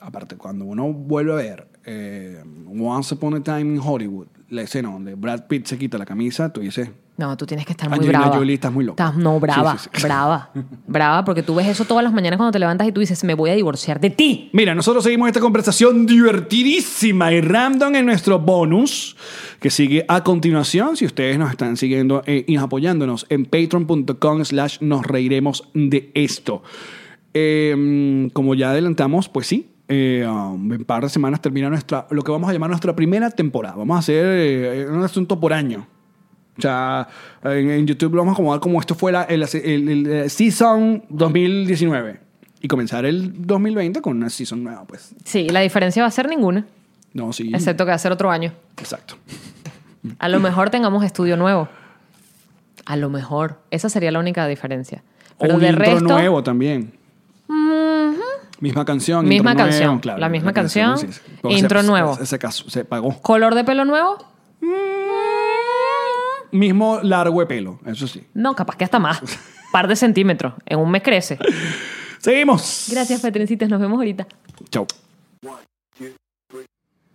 A: Aparte, cuando uno vuelve a ver eh, Once Upon a Time in Hollywood, la escena donde Brad Pitt se quita la camisa, tú dices,
B: No, tú tienes que estar muy
A: Angelina
B: brava.
A: Jolie, estás muy loca.
B: Estás- no, brava,
A: Sí, sí, sí.
B: brava, brava, porque tú ves eso todas las mañanas cuando te levantas y tú dices, me voy a divorciar de ti.
A: Mira, nosotros seguimos esta conversación divertidísima y random en nuestro bonus que sigue a continuación. Si ustedes nos están siguiendo eh, y apoyándonos en patreon.com slash nos reiremos de esto. Eh, como ya adelantamos, pues sí. eh, um, en un par de semanas termina nuestra, lo que vamos a llamar nuestra primera temporada. Vamos a hacer eh, un asunto por año. O sea, en, en YouTube lo vamos a acomodar como esto fuera el, el- el, eh, Season 2019. Y comenzar el 2020 con una Season nueva, pues.
B: Sí, la diferencia va a ser ninguna,
A: No, sí.
B: excepto que va a ser otro año.
A: Exacto.
B: A lo mejor tengamos estudio nuevo. A lo mejor. Esa sería la única diferencia. Pero
A: o un
B: de
A: intro
B: resto,
A: nuevo también. Misma canción.
B: Misma
A: intro nuevo,
B: canción,
A: claro.
B: la misma
A: Porque se-
B: canción,
A: sí, sí. Porque
B: intro
A: se-
B: nuevo.
A: Ese caso se pagó.
B: color de pelo nuevo,
A: Mismo largo de pelo, eso sí.
B: no, capaz que hasta más. Par de centímetros. En un mes crece.
A: Seguimos.
B: Gracias, Petrincitas. Nos vemos ahorita.
A: Chau.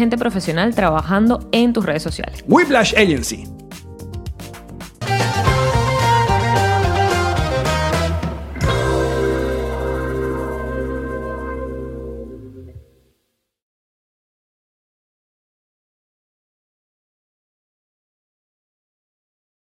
B: gente profesional trabajando en tus redes sociales.
A: Whiplash Agency.